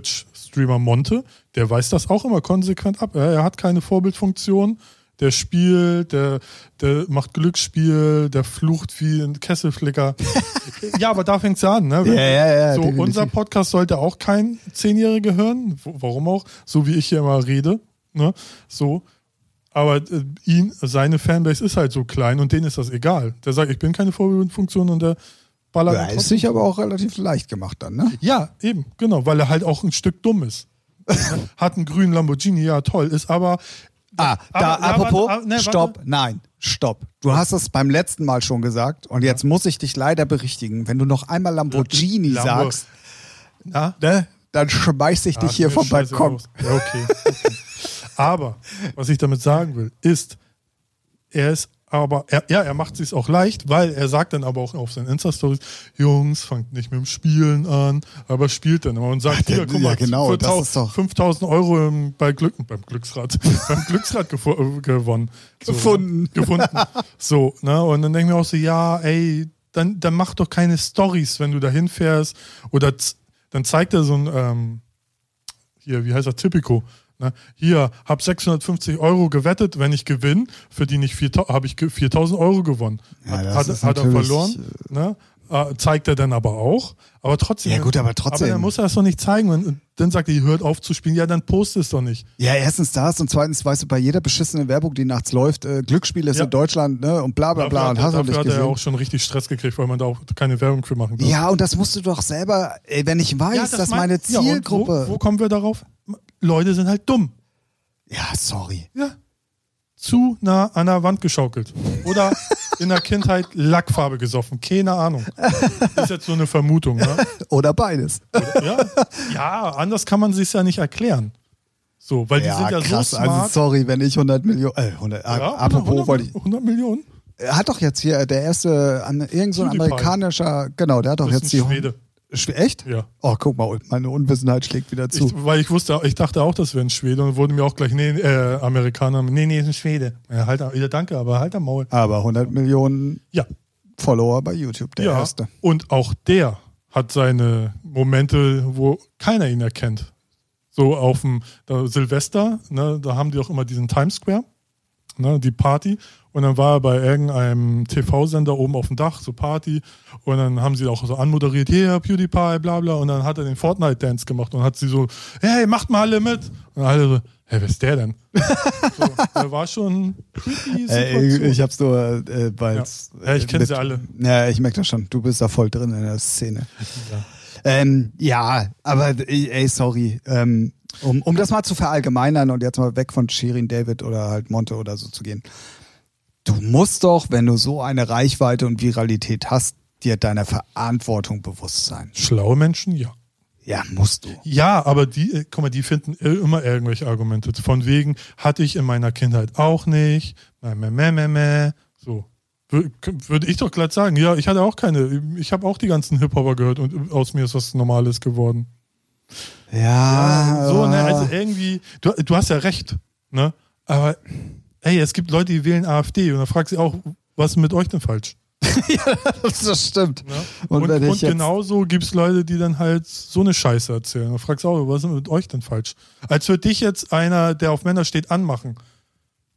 Twitch-Streamer Monte, der weist das auch immer konsequent ab. Er, er hat keine Vorbildfunktion, der spielt, der, der macht Glücksspiel, der flucht wie ein Kesselflicker. [laughs] ja, aber da fängt's ja an, ne?
Ja, ja, ja,
So,
definitiv.
unser Podcast sollte auch kein Zehnjähriger hören, wo- warum auch, so wie ich hier immer rede, ne? So. Aber äh, ihn, seine Fanbase ist halt so klein und denen ist das egal. Der sagt, ich bin keine Vorbildfunktion und der ballert.
Ja,
trotzdem.
ist sich aber auch relativ leicht gemacht dann, ne?
Ja, eben, genau, weil er halt auch ein Stück dumm ist. [laughs] Hat einen grünen Lamborghini, ja toll, ist aber.
Ah, da,
Aber- ja,
apropos,
warte, ah, nee,
stopp, nein, stopp. Du hast das beim letzten Mal schon gesagt und jetzt muss ich dich leider berichtigen. Wenn du noch einmal Lamborghini
Lambo-
sagst,
Na,
ne, dann schmeiß ich dich
Ah,
hier vom Balkon.
Ja, okay, okay. Aber was ich damit sagen will, ist, er ist aber, er, ja, er macht sich's auch leicht, weil er sagt dann aber auch auf seinen Insta-Stories, Jungs, fangt nicht mit dem Spielen an, aber spielt dann immer und sagt,
Ja,
hier, guck mal,
ja, genau, das
4000
ist doch-
5000 Euro im, bei Glück, beim Glücksrad, [laughs] beim Glücksrad gefu- äh, gewonnen. So,
Gefunden.
[laughs] Gefunden. So, ne, und dann denke ich mir auch so, ja, ey, dann, dann mach doch keine Stories, wenn du da hinfährst oder z- dann zeigt er so ein, ähm, hier, wie heißt er, Typico. Ne? Hier, hab 650 Euro gewettet, wenn ich gewinne, verdiene ich 4.000 habe ich ge- 4.000 Euro gewonnen.
Ja, das
hat
ist
hat, hat er
natürlich,
verloren, ne? äh, zeigt er dann aber auch. Aber trotzdem.
Ja, gut, aber trotzdem.
Aber dann muss er das doch nicht zeigen. Wenn, dann sagt er, hört auf zu spielen. Ja, dann postet es doch nicht.
Ja, erstens das und zweitens weißt du, bei jeder beschissenen Werbung, die nachts läuft, äh, Glücksspiel ist
Ja.
in Deutschland ne, und bla bla bla und hast du
dafür
nicht
hat er ja
gesehen.
auch schon richtig Stress gekriegt, weil man da auch keine Werbung für machen darf.
Ja, und das musst du doch selber, ey, wenn ich weiß,
Ja,
dass
mein-
meine
Ja, und
Zielgruppe.
wo, wo kommen wir darauf? Leute sind halt dumm.
Ja, sorry.
Ja. zu nah an der Wand geschaukelt. Oder in der Kindheit Lackfarbe gesoffen. Keine Ahnung. Ist jetzt so eine Vermutung. Ne?
Oder beides.
Ja? ja, anders kann man sich ja nicht erklären. So, weil die sind ja
krass.
so
also
smart.
sorry, wenn ich 100 Millionen, äh, 100,
ja,
apropos
100,
wollte ich,
100 Millionen?
hat doch jetzt hier der erste, an, irgend so ein
PewDiePie.
amerikanischer, genau, der hat doch
Das
jetzt
ist
die,
ein Schwede.
Schw- echt?
Ja.
Oh, guck mal, meine Unwissenheit schlägt wieder zu.
Ich, weil ich wusste, ich dachte auch, das wäre ein Schwede und wurde mir auch gleich, nee, äh, Amerikaner, nee, nee, ist ein Schwede. Ja, halt, ja, danke, aber halt am Maul.
Aber 100 Millionen
Ja,
Follower bei YouTube, der
ja.
erste.
Und auch der hat seine Momente, wo keiner ihn erkennt. So auf dem da Silvester, ne, da haben die auch immer diesen Times Square, ne, die Party. Und dann war er bei irgendeinem TV-Sender oben auf dem Dach, so Party. Und dann haben sie auch so anmoderiert, yeah, PewDiePie, bla bla. Und dann hat er den Fortnite-Dance gemacht und hat sie so, hey, macht mal alle mit. Und alle so, hey, wer ist der denn? [laughs] so, der war schon
[laughs]
creepy.
Äh, ich,
Situation.
ich hab's nur, äh, weil es-
Ja. Ja, ich kenn
mit-
sie alle.
Ja, ich merk das schon. Du bist da voll drin in der Szene.
Ja.
Ähm, ja, aber äh, ey, sorry. Ähm, um, um das mal zu verallgemeinern und jetzt mal weg von Shirin David oder halt Monte oder so zu gehen. Du musst doch, wenn du so eine Reichweite und Viralität hast, dir deiner Verantwortung bewusst sein.
Schlaue Menschen, ja.
Ja, musst du.
Ja, aber die, äh, guck mal, die finden i- immer irgendwelche Argumente. Von wegen, hatte ich in meiner Kindheit auch nicht. Meh, meh, meh, meh, meh. So. Wür- k- Würde ich doch glatt sagen, ja, ich hatte auch keine. Ich habe auch die ganzen Hip-Hopper gehört und aus mir ist was Normales geworden.
Ja,
so, ne,
aber-
also irgendwie, du, du hast ja recht, ne? Aber, ey, es gibt Leute, die wählen AfD und dann fragst du auch, was ist mit euch denn falsch?
[laughs] das stimmt.
Ne?
Und
Und,
wenn
und,
ich jetzt-
genauso gibt es Leute, die dann halt so eine Scheiße erzählen. Du fragst auch, was ist mit euch denn falsch? Als würde dich jetzt einer, der auf Männer steht, anmachen.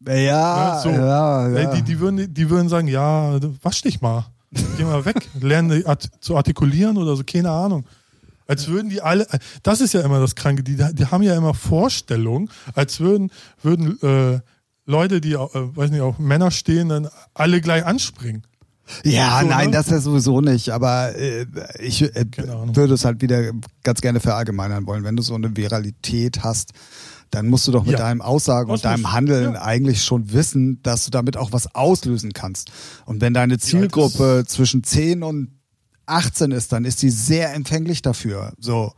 Ja,
Ne, so.
ja,
Ey,
ja.
Die, die, würden, die würden sagen, ja, du- wasch dich mal. Geh
[laughs]
mal weg. Lerne art zu artikulieren oder so, keine Ahnung. Als würden die alle, das ist ja immer das Kranke, die, die haben ja immer Vorstellungen, als würden, würden äh, Leute, die, äh, weiß nicht, auf Männer stehen, dann alle gleich anspringen.
Ja,
So,
nein,
ne?
das ja sowieso nicht, aber äh, ich äh,
Keine Ahnung.
würde es halt wieder ganz gerne verallgemeinern wollen. Wenn du so eine Viralität hast, dann musst du doch mit
Ja.
deinem Aussagen und
Das muss-
deinem Handeln
ja.
eigentlich schon wissen, dass du damit auch was auslösen kannst. Und wenn deine
alt ist-
Zielgruppe zwischen 10 und 18 ist, dann ist sie sehr empfänglich dafür. So.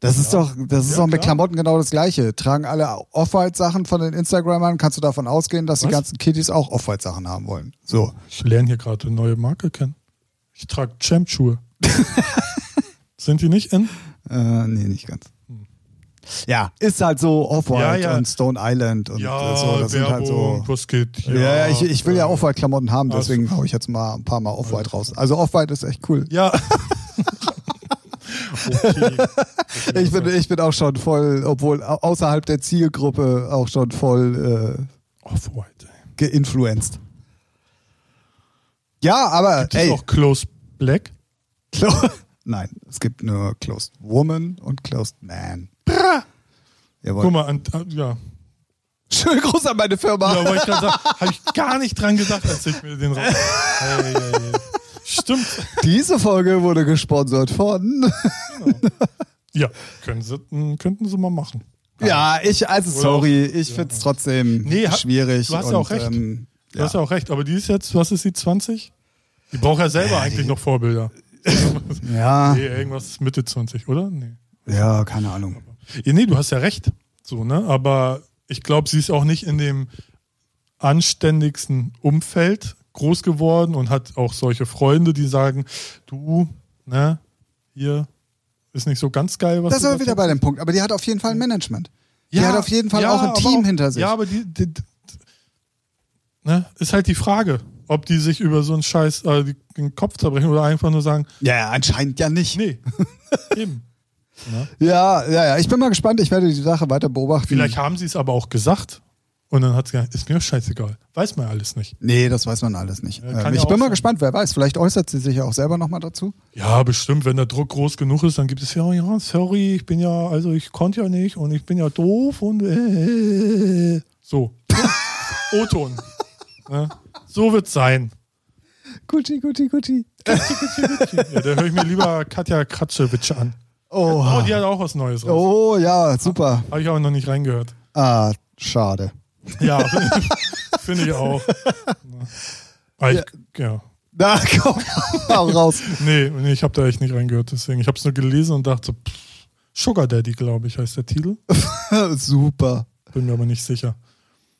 Das ist doch, das ist
Ja,
doch mit
klar.
Klamotten genau das Gleiche. Tragen alle Off-White-Sachen von den Instagramern, kannst du davon ausgehen, dass die
Was?
ganzen Kiddies auch Off-White-Sachen haben wollen. So.
Ich lerne hier gerade eine neue Marke kennen. Ich trage [laughs] Champ-Schuhe. Sind die nicht in?
Äh, nee, nicht ganz. Ja, ist halt so Off-White
Ja, ja.
und Stone Island und äh, so. Das sind halt so.
was geht?
Ja, ja, ich, ich will ja Off-White-Klamotten haben,
Ach so.
deswegen hau ich jetzt mal ein paar Mal Off-White raus. Also Off-White ist echt cool. [laughs]
Ja. okay.
Ich bin, ich bin auch schon voll, obwohl au- außerhalb der Zielgruppe auch schon voll
Off-White.
äh, geinfluenced. Ja, aber
Ey. Ist
ey,
auch Close Black.
Clo- [laughs] nein, es gibt nur Closed Woman und Closed Man.
Guck
Jawohl.
mal, an, an- ja.
Schönen Gruß an meine Firma.
Ja, wollte ich gerade sagen, habe ich gar nicht dran gedacht, als ich mir den raus. Ey, ey, ey. Stimmt.
Diese Folge wurde gesponsert von.
Ja, können sie, hm, könnten sie mal machen.
Ja, ich, also
Ah. Oder
sorry, ich
ja.
find's trotzdem
Nee, ha-
schwierig.
du hast
und,
ja auch recht.
Ähm,
Du
ja.
hast ja auch recht, aber die ist jetzt, was ist die, 20? Die braucht ja selber eigentlich noch Vorbilder.
ja,
Nee, irgendwas Mitte 20, oder? Nee.
ja, keine Ahnung.
Ja, nee, du hast ja recht. So, ne? Aber ich glaube, sie ist auch nicht in dem anständigsten Umfeld groß geworden und hat auch solche Freunde, die sagen, du, ne, hier ist nicht so ganz geil, was
Das ist
du
aber
da
wieder
tust.
bei dem Punkt. Aber die hat auf jeden Fall ein Management. Die hat auf jeden Fall
ja,
auch ein
aber
Team hinter sich.
Ja, aber die, die, die ne, ist halt die Frage, ob die sich über so einen Scheiß äh, die- den Kopf zerbrechen oder einfach nur sagen,
ja, anscheinend ja nicht. [laughs]
nee, eben. Ne?
Ja, ja, ja. Ich bin mal gespannt. Ich werde die Sache weiter beobachten.
Vielleicht haben sie es aber auch gesagt und dann hat sie gesagt, ist mir scheißegal, weiß man alles nicht.
Nee, das weiß man alles nicht.
Ja, kann
ähm,
ja
ich bin
auch
mal
sein.
gespannt, wer weiß. Vielleicht äußert sie sich ja auch selber nochmal dazu.
Ja, bestimmt, wenn der Druck groß genug ist, dann gibt es ja, ja, sorry, ich bin ja, also ich konnte ja nicht und ich bin ja doof und äh, so. [laughs] O-Ton. Ne? So wird's sein.
Gucci, Gucci, Gucci.
Ja, da höre ich mir lieber Katja Kratzewitsch an. Oh,
Oh,
die hat auch was Neues raus.
oh ja, super.
Habe ich aber noch nicht reingehört.
Ah, schade.
Ja, [laughs] Finde ich auch. Aber ich, ja.
Na, komm, [laughs] hau raus.
Nee, nee ich habe da echt nicht reingehört, deswegen. Ich habe es nur gelesen und dachte, pff, Sugar Daddy, glaube ich, heißt der Titel.
Super.
Bin mir aber nicht sicher.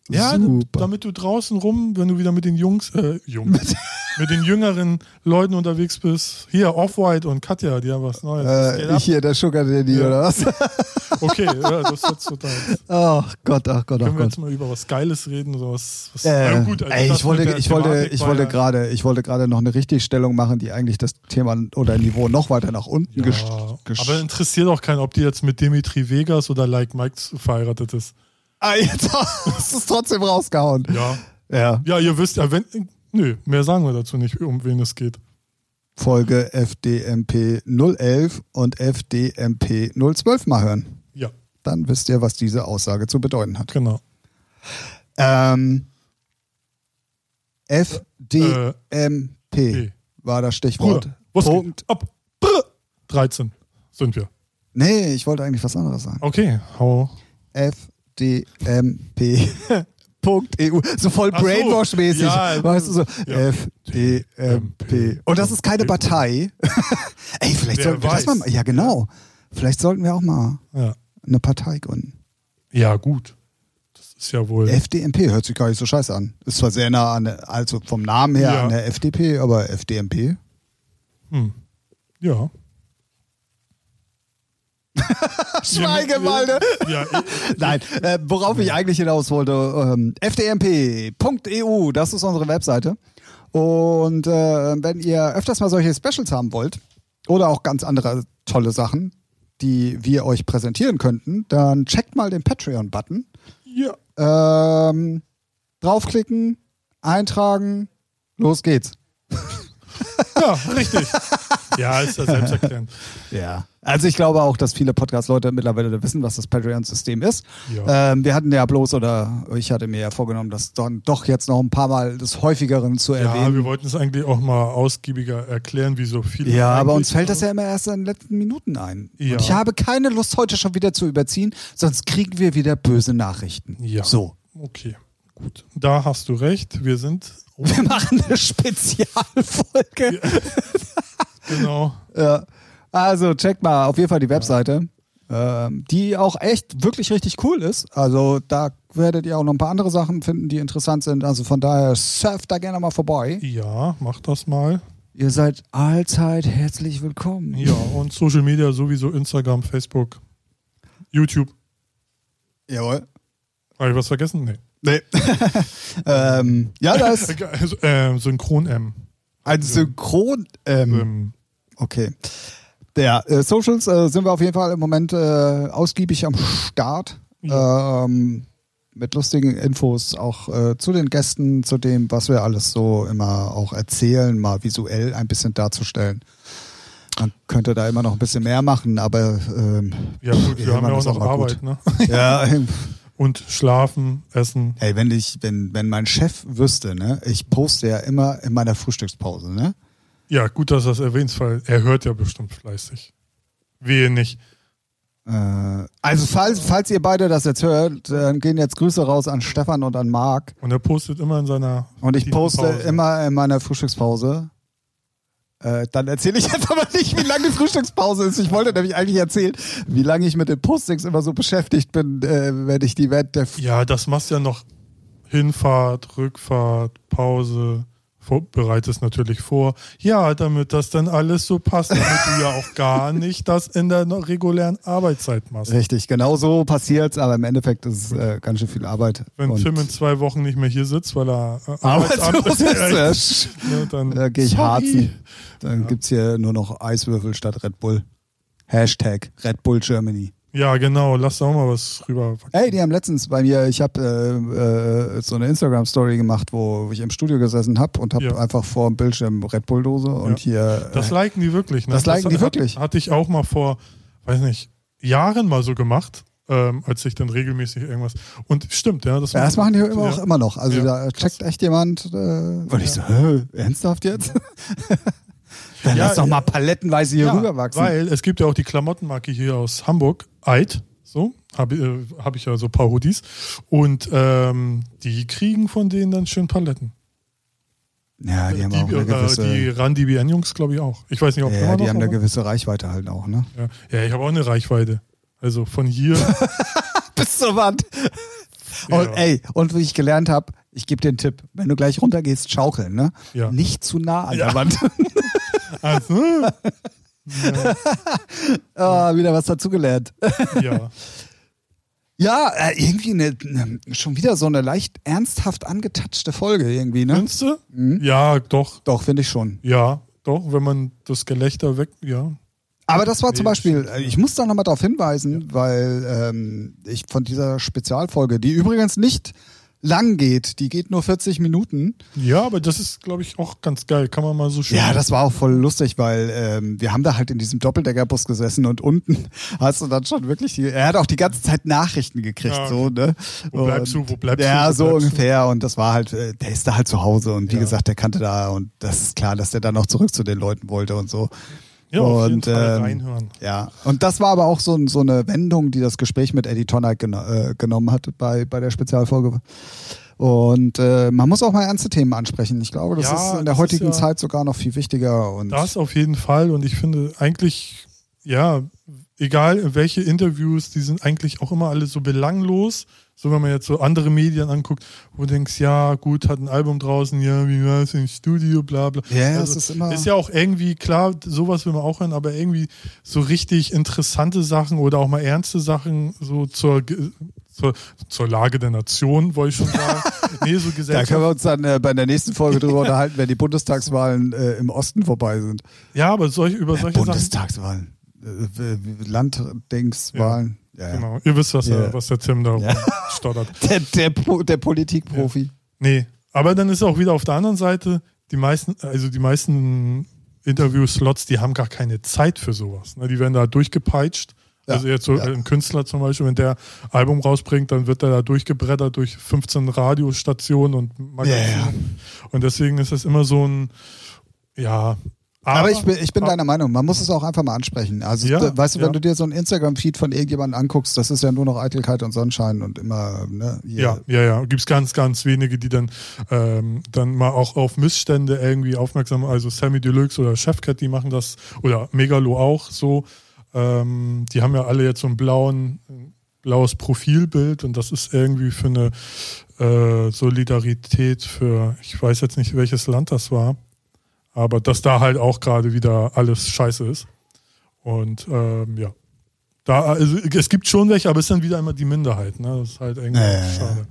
Ja,
Ja,
du-
Super.
damit du draußen rum, wenn du wieder mit den Jungs, äh, Jungs, [laughs] mit den jüngeren Leuten unterwegs bist. Hier, Off-White und Katja, die haben was Neues. Scale
Äh,
up.
ich hier, der Sugar Daddy,
Ja.
oder
[laughs]
was?
okay, ja, das ist
[laughs]
total.
Ach Gott, ach Gott, ach
Können wir
Gott.
jetzt mal über was Geiles reden? So was, was,
Oh Äh,
na gut, also
ey,
das
ich wollte,
mit der
ich wollte,
Thematik
ich
war
wollte
ja-
gerade, ich wollte gerade noch eine Richtigstellung machen, die eigentlich das Thema oder Niveau noch weiter nach unten
Ja,
gest- gest-
aber interessiert auch keinen, ob die jetzt mit Dimitri Vegas oder Like Mike verheiratet ist.
Ah, jetzt [laughs] hast du es trotzdem rausgehauen.
Ja.
Ja,
Ja, ihr wisst ja, wenn. Nö, mehr sagen wir dazu nicht, um wen es geht.
Folge FDMP 011 und FDMP 012 mal hören.
Ja,
Dann wisst ihr, was diese Aussage zu bedeuten hat.
genau.
Ähm, FDMP
P.
war das Stichwort.
Äh, Bruder, was
Punkt.
geht ab? Brr. 13 sind wir.
Nee, ich wollte eigentlich was anderes sagen.
Okay, hau.
fdmp.eu. So voll
Ach so.
brainwash-mäßig.
Ja.
weißt du so,
Ja.
fdmp. Und das ist keine Partei. [laughs] Ey, vielleicht
Wer
sollten wir das
weiß.
mal. Ja, genau. Vielleicht sollten wir auch mal
Ja,
eine Partei gründen.
ja gut. Das ist ja wohl.
FDMP hört sich gar nicht so scheiße an. Ist zwar sehr nah an, der- also vom Namen her
Ja.
an der FDP, aber FDMP.
Hm. Ja.
Schweige mal, ne?
Ja, ich-
Nein, äh, worauf ich eigentlich hinaus wollte, ähm, fdmp.eu, E das ist unsere Webseite. Und äh, wenn ihr öfters mal solche Specials haben wollt oder auch ganz andere tolle Sachen, die wir euch präsentieren könnten, dann checkt mal den Patreon-Button.
ja.
Ähm, draufklicken, eintragen, los geht's.
ja, richtig. Ja, ist ja selbsterklärend.
Ja. Also ich glaube auch, dass viele Podcast-Leute mittlerweile wissen, was das Patreon-System ist.
Ja.
Ähm, wir hatten ja bloß, oder ich hatte mir ja vorgenommen, das dann doch jetzt noch ein paar Mal des Häufigeren zu
Ja,
erwähnen.
wir wollten es eigentlich auch mal ausgiebiger erklären, wie so viele.
Ja, aber uns
eigentlich-
fällt das ja immer erst in den letzten Minuten ein.
Ja.
Und ich habe keine Lust, heute schon wieder zu überziehen, sonst kriegen wir wieder böse Nachrichten.
Ja.
So.
Okay, gut. Da hast du recht. Wir sind. Oh,
Wir machen eine Spezialfolge.
genau.
Ja. Also check mal auf jeden Fall die Webseite, ähm, die auch echt wirklich richtig cool ist. Also da werdet ihr auch noch ein paar andere Sachen finden, die interessant sind. Also von daher surft da gerne mal vorbei.
Ja, mach das mal.
Ihr seid allzeit herzlich willkommen.
Ja, und Social Media sowieso: Instagram, Facebook, YouTube.
Jawohl.
Habe ich was vergessen? Nee.
Nee. [laughs] ähm, ja, da ist
[laughs] Also, ähm, Synchron M.
ein Synchron. Ähm,
Ähm,
Okay. Der äh, Socials äh, sind wir auf jeden Fall im Moment äh, ausgiebig am Start. Ähm, mit lustigen Infos auch äh, zu den Gästen, zu dem, was wir alles so immer auch erzählen, mal visuell ein bisschen darzustellen. Man könnte da immer noch ein bisschen mehr machen, aber ähm,
ja, gut, wir
irgendwann
haben ja auch
ist auch
noch
mal
Arbeit, ne? [laughs]
ja, ähm,
Und schlafen, essen.
ey, wenn ich, wenn, wenn mein Chef wüsste, ne, ich poste ja immer in meiner Frühstückspause, ne?
Ja, gut, dass du das erwähnst, weil er hört ja bestimmt fleißig. Wehe nicht.
Äh, also falls, falls ihr beide das jetzt hört, dann gehen jetzt Grüße raus an Stefan und an Marc.
Und er postet immer in seiner.
Und ich poste
Pause.
immer in meiner Frühstückspause. Äh, dann erzähle ich [laughs] jetzt aber nicht, wie lange die Frühstückspause ist. Ich wollte nämlich eigentlich erzählen, wie lange ich mit den Postings immer so beschäftigt bin, äh, wenn ich die Welt der... F
Ja, das machst ja noch Hinfahrt, Rückfahrt, Pause, vor, bereitest natürlich vor. Ja, damit das dann alles so passt, damit du ja
[laughs]
auch gar nicht das in der no- regulären Arbeitszeit machst.
Richtig, genau so passiert's, aber im Endeffekt ist es äh, ganz schön viel Arbeit.
Wenn
Und
Tim in zwei Wochen nicht mehr hier sitzt, weil er äh,
[laughs]
Arbeitsamt
arbeitslos
ne,
ist,
dann
äh, da gehe ich
Sorry.
harzen. Dann gibt's hier nur noch Eiswürfel statt Red Bull. Hashtag Red Bull Germany.
Ja, genau, lass da auch mal was rüber.
Ey, die haben letztens bei mir, ich habe äh, äh, so eine Instagram-Story gemacht, wo ich im Studio gesessen habe und habe
Ja.
einfach vor dem Bildschirm Red Bull-Dose und hier.
Das
äh,
liken die wirklich. Ne?
Das liken die
hat-
wirklich.
Hatte ich auch mal vor, weiß nicht, Jahren mal so gemacht, ähm, als ich dann regelmäßig irgendwas. Und stimmt, ja, das,
ja, das machen die immer auch
Ja.
immer noch. Also
Ja,
da checkt echt jemand. Äh, und ich so, hä, ernsthaft jetzt? [laughs] Dann
Ja,
lass doch
ja.
mal palettenweise hier rüberwachsen.
Weil es gibt ja auch die Klamottenmarke hier aus Hamburg, Eid, So, habe äh, hab ich ja so Parodies. Und ähm, die kriegen von denen dann schön Paletten.
Ja, die haben auch eine gewisse.
äh, die Randy BN-Jungs, glaube ich, auch. Ich weiß nicht, ob
ja,
immer
die
noch,
haben eine
aber-
gewisse Reichweite halt auch, ne?
ja. ja, ich habe auch eine Reichweite. Also
[laughs]
von hier.
Bis [laughs] zur Wand.
Ja.
Und ey, und wie ich gelernt habe, ich gebe dir einen Tipp, wenn du gleich runtergehst, schaukeln, ne?
Ja.
Nicht zu nah an
Ja.
der
[laughs]
Wand. [laughs]
also,
Ah, wieder was dazugelernt.
ja.
Ja, äh, irgendwie eine, eine, schon wieder so eine leicht ernsthaft angetatschte Folge irgendwie, ne?
Findest du? Ja, doch.
Doch, finde ich schon.
Ja, doch. Wenn man das Gelächter weg. Ja.
Aber das war zum
Nee,
Beispiel, äh, ich muss da nochmal darauf hinweisen, weil ähm, ich von dieser Spezialfolge, die übrigens nicht lang geht, die geht nur 40 Minuten.
Ja, aber das ist, glaube ich, auch ganz geil. Kann man mal so schön.
Ja, das war auch voll lustig, weil ähm, wir haben da halt in diesem Doppeldeckerbus gesessen und unten [laughs] hast du dann schon wirklich, die, er hat auch die ganze Zeit Nachrichten gekriegt,
Ja, okay.
so, ne?
Wo bleibst
Und-
du? Wo bleibst du?
Ja,
Wo
so
bleibst du?
ungefähr und das war halt, äh, der ist da halt zu Hause und wie
Ja.
gesagt, der kannte da und das ist klar, dass der dann auch zurück zu den Leuten wollte und so.
ja, auf jeden
und,
Fall
ähm,
reinhören.
Ja, und das war aber auch so, ein- so eine Wendung, die das Gespräch mit Eddie Tonnerk geno äh, genommen hat bei, bei der Spezialfolge. Und äh, man muss auch mal ernste Themen ansprechen. Ich glaube, das
Ja,
ist in
das
der
ist
heutigen
ja-
Zeit sogar noch viel wichtiger. Und
Das auf jeden Fall. Und ich finde eigentlich, ja, egal welche Interviews, die sind eigentlich auch immer alle so belanglos. So, wenn man jetzt so andere Medien anguckt, wo du denkst, ja, gut, hat ein Album draußen, ja, wie war es im Studio, bla, bla.
Ja, es ist immer-
Ist ja auch irgendwie, klar, sowas will man auch hören, aber irgendwie so richtig interessante Sachen oder auch mal ernste Sachen so zur, Ge- zur, zur Lage der Nation, wollte ich schon
[laughs]
sagen. nee, so
da
Gesellschaft.
können wir uns dann äh, bei der nächsten Folge
[laughs]
drüber unterhalten, wenn die Bundestagswahlen äh, im Osten vorbei sind.
Ja, aber solch, über solche Sachen
Bundestagswahlen. Äh, Landdingswahlen. Ja. Ja,
Genau. Ihr wisst, was,
Ja.
der, was der Tim da
Ja.
stottert.
[laughs] Der, der, Po- der Politikprofi.
Nee, aber dann ist auch wieder auf der anderen Seite, die meisten, also die meisten Interview-Slots, die haben gar keine Zeit für sowas. Ne? Die werden da durchgepeitscht.
Ja,
Also jetzt so
ja.
ein Künstler zum Beispiel, wenn der Album rausbringt, dann wird er da durchgebrettert durch 15 Radiostationen und Magazine.
Ja, ja.
Und deswegen ist das immer so ein, ja.
Aber ich bin, ich bin
aber-
deiner Meinung, man muss es auch einfach mal ansprechen. Also,
Ja,
d- weißt du,
ja.
wenn du dir so ein Instagram-Feed von irgendjemandem anguckst, das ist ja nur noch Eitelkeit und Sonnenschein und immer, ne? hier.
Ja, ja, ja. Gibt es ganz, ganz wenige, die dann, ähm, dann mal auch auf Missstände irgendwie aufmerksam Also Sammy Deluxe oder Chefcat, die machen das. Oder Megalo auch so. Ähm, die haben ja alle jetzt so ein blauen, blaues Profilbild und das ist irgendwie für eine äh, Solidarität für, ich weiß jetzt nicht, welches Land das war, aber dass da halt auch gerade wieder alles scheiße ist. Und ähm, ja. Da, also, es gibt schon welche, aber es sind wieder immer die Minderheit. Ne? Das ist halt irgendwie
Ja, ja, ja.
schade.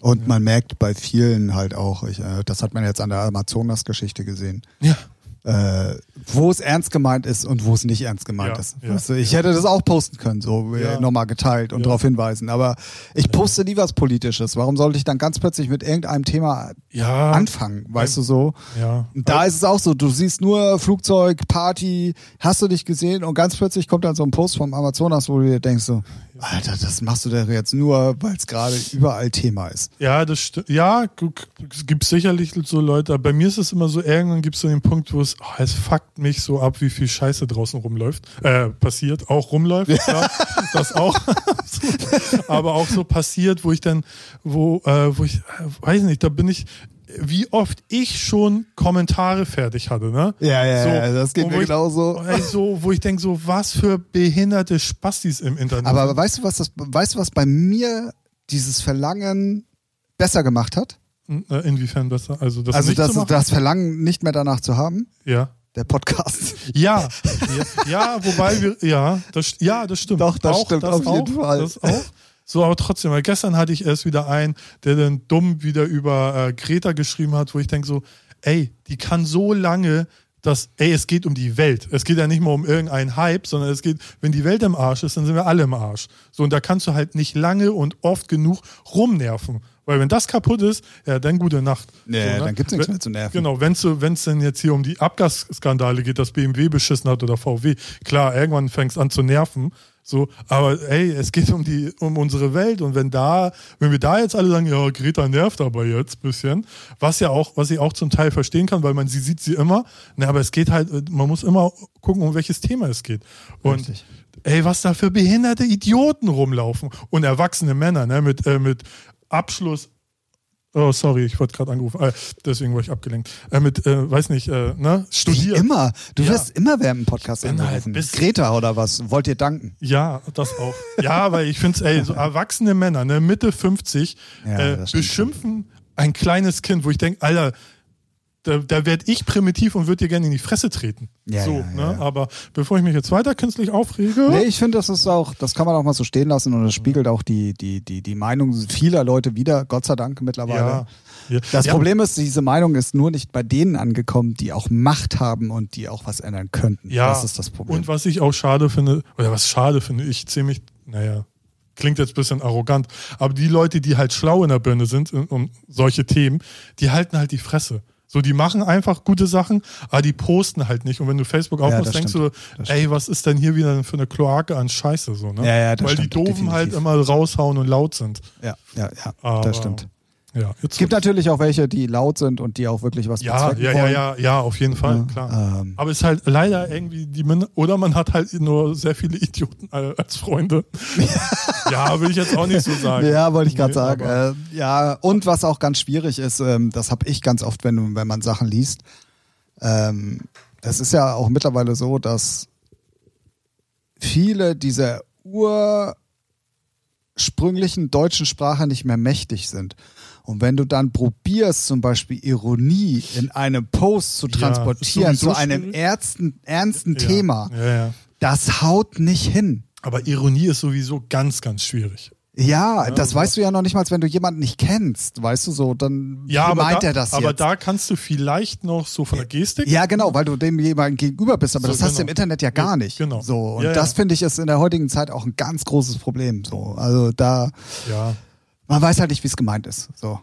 Und man merkt bei vielen halt auch, ich, äh, das hat man jetzt an der Amazonas-Geschichte gesehen,
Ja.
äh, wo es ernst gemeint ist und wo es nicht ernst gemeint
Ja,
ist.
ja,
weißt du, ich hätte das auch posten können, so äh,
Ja.
nochmal geteilt und
Ja.
darauf hinweisen. Aber ich poste nie was Politisches. Warum sollte ich dann ganz plötzlich mit irgendeinem Thema
Ja.
anfangen, weißt du so?
ja.
Und Da ist es auch so, du siehst nur Flugzeug, Party, hast du dich gesehen und ganz plötzlich kommt dann so ein Post vom Amazonas, wo du dir denkst so, Alter, das machst du doch jetzt nur, weil es gerade überall Thema ist.
Ja, das sti- ja, gu- es gibt sicherlich so Leute, aber bei mir ist es immer so, irgendwann gibt es so den Punkt, wo es, ah, es fuckt mich so ab, wie viel Scheiße draußen rumläuft, äh, passiert,
[laughs]
auch rumläuft, klar, das auch, [laughs] aber auch so passiert, wo ich dann, wo, äh, wo ich, äh, weiß nicht, da bin ich, wie oft ich schon Kommentare fertig hatte, ne?
Ja, ja,
So,
ja, das geht
und
mir
wo ich-
genauso.
Ey, so, wo ich denke, so, was für behinderte Spastis im Internet.
Aber weißt du, was das, weißt du, was bei mir dieses Verlangen besser gemacht hat?
Äh, Inwiefern besser? Also, das
Also
nicht
das,
zu machen?
das Verlangen nicht mehr danach zu haben?
ja.
Der
[laughs]
Podcast.
Ja, ja, ja, wobei wir, ja, das, ja, das stimmt.
Doch, das stimmt auf
auch,
jeden Fall.
Das auch. So, aber trotzdem, weil gestern hatte ich erst wieder einen, der dann dumm wieder über äh, Greta geschrieben hat, wo ich denke so, ey, die kann so lange, dass, ey, es geht um die Welt. Es geht ja nicht mal um irgendeinen Hype, sondern es geht, wenn die Welt im Arsch ist, dann sind wir alle im Arsch. So, und da kannst du halt nicht lange und oft genug rumnerven. Weil wenn das kaputt ist, ja, dann gute Nacht.
Nee,
so,
dann gibt's nichts mehr zu nerven.
Genau, wenn es denn jetzt hier um die Abgasskandale geht, dass BMW beschissen hat oder VW, klar, irgendwann fängst an zu nerven. So, aber ey, es geht um die, um unsere Welt und wenn da, wenn wir da jetzt alle sagen, ja, Greta nervt aber jetzt ein bisschen, was ja auch, was ich auch zum Teil verstehen kann, weil man sie sieht sie immer, ne, aber es geht halt, man muss immer gucken, um welches Thema es geht. Und
Richtig.
ey, was da für behinderte Idioten rumlaufen und erwachsene Männer, ne, mit, äh, mit Abschluss, Oh, sorry, ich wurde gerade angerufen. Äh, deswegen war ich abgelenkt. Äh, mit, äh, weiß nicht, äh, ne?
Wie
Studiert.
immer. Du
Ja.
wirst immer während dem Podcast
Bin halt
angerufen.
bis-
Greta oder was? Wollt ihr danken?
Ja, das auch. Ja, weil ich finde es, ey, so erwachsene Männer, ne, Mitte 50,
Ja,
äh,
das stimmt
beschimpfen ein kleines Kind, wo ich denke, Alter, da, da werd ich primitiv und würde dir gerne in die Fresse treten.
Ja,
so,
ja,
ne?
ja, ja.
Aber bevor ich mich jetzt weiter künstlich aufrege,
Nee, ich finde, das ist auch, das kann man auch mal so stehen lassen und das spiegelt auch die, die, die, die Meinung vieler Leute wieder, Gott sei Dank mittlerweile.
ja, ja,
Das
ja,
Problem ist, diese Meinung ist nur nicht bei denen angekommen, die auch Macht haben und die auch was ändern könnten.
Ja.
Das ist das Problem.
Und was ich auch schade finde, oder was schade finde, ich ziemlich, naja, klingt jetzt ein bisschen arrogant, aber die Leute, die halt schlau in der Birne sind und um solche Themen, die halten halt die Fresse. So, die machen einfach gute Sachen, aber die posten halt nicht. Und wenn du Facebook aufmachst,
das
denkst
stimmt.
du, ey, was ist denn hier wieder für eine Kloake an Scheiße? So, ne?
Ja, ja, das
Weil die
stimmt,
Doofen
definitiv.
halt immer raushauen und laut sind.
ja, ja, ja,
Aber-
das stimmt.
Ja, jetzt
Es gibt natürlich auch welche, die laut sind und die auch wirklich was
ja,
bezwecken
ja, ja,
wollen.
ja, ja, auf jeden Fall,
Ja,
klar.
ähm.
Aber es ist halt leider irgendwie die Min oder man hat halt nur sehr viele Idioten äh, als
[laughs]
Freunde. ja, will ich jetzt auch nicht so sagen.
Ja, wollte ich gerade
Nee,
sagen.
aber-
Äh, ja, und was auch ganz schwierig ist, ähm, das habe ich ganz oft, wenn, wenn man Sachen liest. Ähm, das ist ja auch mittlerweile so, dass viele dieser ursprünglichen deutschen Sprache nicht mehr mächtig sind. Und wenn du dann probierst, zum Beispiel Ironie in einem Post zu
Ja, ist
transportieren,
sowieso
zu einem
schwierig.
ernsten, ernsten
ja,
Äh, Thema,
Ja, ja.
das haut nicht hin.
Aber Ironie ist sowieso ganz, ganz schwierig.
Ja, das weißt du ja noch nicht mal, wenn du jemanden nicht kennst, weißt du so, dann
Ja,
wie
aber,
meint
da,
er das
aber
jetzt?
da kannst du vielleicht noch so von der Gestik.
ja, genau, weil du dem jemanden gegenüber bist, aber
So,
das hast du
genau.
im Internet ja gar
Ja,
nicht.
genau.
So, und
Ja, ja.
das finde ich ist in der heutigen Zeit auch ein ganz großes Problem. So, also da,
ja.
man weiß halt nicht, wie es gemeint ist. So.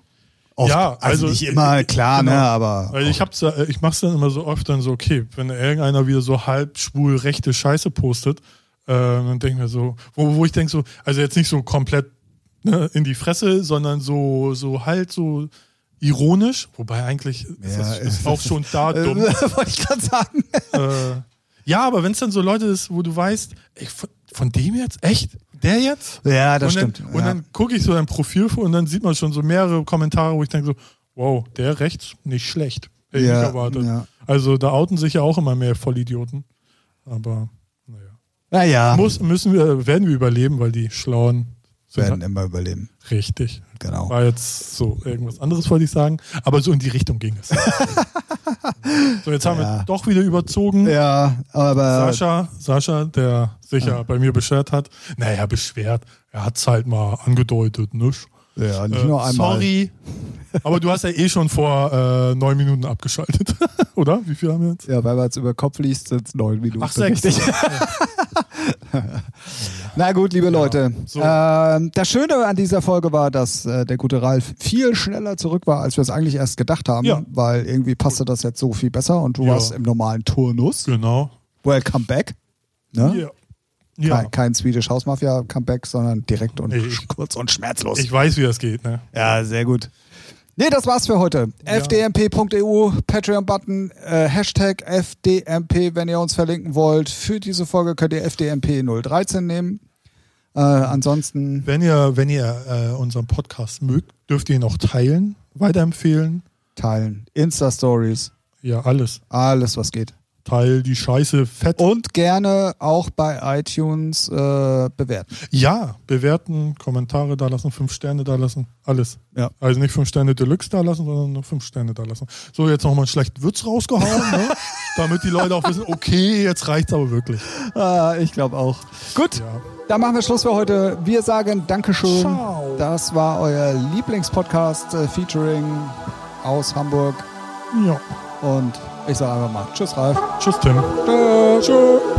Oft.
Ja,
also,
also,
nicht immer,
äh,
klar,
genau.
ne, aber.
Weil ich hab's, äh, ich mach's dann immer so oft dann so, okay, wenn irgendeiner wieder so halb schwul rechte Scheiße postet, äh, dann denke ich mir so, wo, wo ich denke so, also jetzt nicht so komplett ne, in die Fresse, sondern so, so halt so ironisch, wobei eigentlich ist,
Ja,
das,
es
ist auch schon
[laughs]
da
äh,
dumm.
Wollte ich gerade sagen.
äh, ja, aber wenn es dann so Leute ist, wo du weißt, ey, von, von dem jetzt? Echt? Der jetzt?
Ja, das
und dann,
stimmt.
Und
ja.
dann gucke ich so dein Profil vor und dann sieht man schon so mehrere Kommentare, wo ich denke so, wow, der rechts nicht schlecht. Hätte ich
Ja,
nicht erwartet.
ja.
Also da outen sich ja auch immer mehr Vollidioten. Aber naja.
naja,
Muss, müssen wir, werden wir überleben, weil die Schlauen sind
werden
halt
immer überleben.
richtig.
Genau.
War jetzt so irgendwas anderes, wollte ich sagen. Aber so in die Richtung ging
[laughs]
es. so, jetzt haben
Ja.
wir doch wieder überzogen.
Ja, aber
Sascha, Sascha, der sich ja bei mir beschwert hat. Naja, beschwert. Er hat es halt mal angedeutet, nicht?
ja, nicht
Äh,
nur einmal.
Sorry. Aber du hast ja eh schon vor äh, neun Minuten abgeschaltet, [laughs] oder? Wie viel haben wir jetzt?
Ja, weil man es über Kopf liest, sind es neun Minuten.
Ach, sechs.
Richtig. Na gut, liebe Leute.
so.
Ähm, das Schöne an dieser Folge war, dass äh, der gute Ralf viel schneller zurück war, als wir es eigentlich erst gedacht haben,
Ja.
weil irgendwie passte das jetzt so viel besser und du
Ja.
warst im normalen Turnus.
[laughs] Genau.
Welcome back. Ne?
Ja. ja.
Kein, kein Swedish House Mafia Comeback, sondern direkt und
Nee, ich-
kurz und schmerzlos.
Ich weiß, wie das geht, ne?
Ja, sehr gut. Nee, das war's für heute.
Ja.
fdmp.eu, E Patreon-Button, äh, Hashtag fdmp, wenn ihr uns verlinken wollt. Für diese Folge könnt ihr fdmp013 nehmen. Äh, ansonsten,
Wenn ihr, wenn ihr äh, unseren Podcast mögt, dürft ihr ihn auch teilen, weiterempfehlen.
teilen, Insta-Stories,
Ja, alles.
alles, was geht.
Teil die Scheiße fett.
Und gerne auch bei iTunes äh, bewerten.
Ja, bewerten, Kommentare da lassen, fünf Sterne da lassen, alles.
Ja.
Also nicht fünf Sterne Deluxe da lassen, sondern nur fünf Sterne da lassen. So, jetzt nochmal einen schlechten Witz rausgehauen, ne? damit die Leute auch wissen, okay, jetzt reicht's aber wirklich.
Äh, ich glaube auch. Gut,
Ja.
dann machen wir Schluss für heute. Wir sagen Dankeschön.
Ciao.
Das war euer Lieblingspodcast äh, featuring aus Hamburg.
Ja.
Und ich sage einfach mal Tschüss, Ralf.
Tschüss, Tim.
Tschüss.
Tschüss.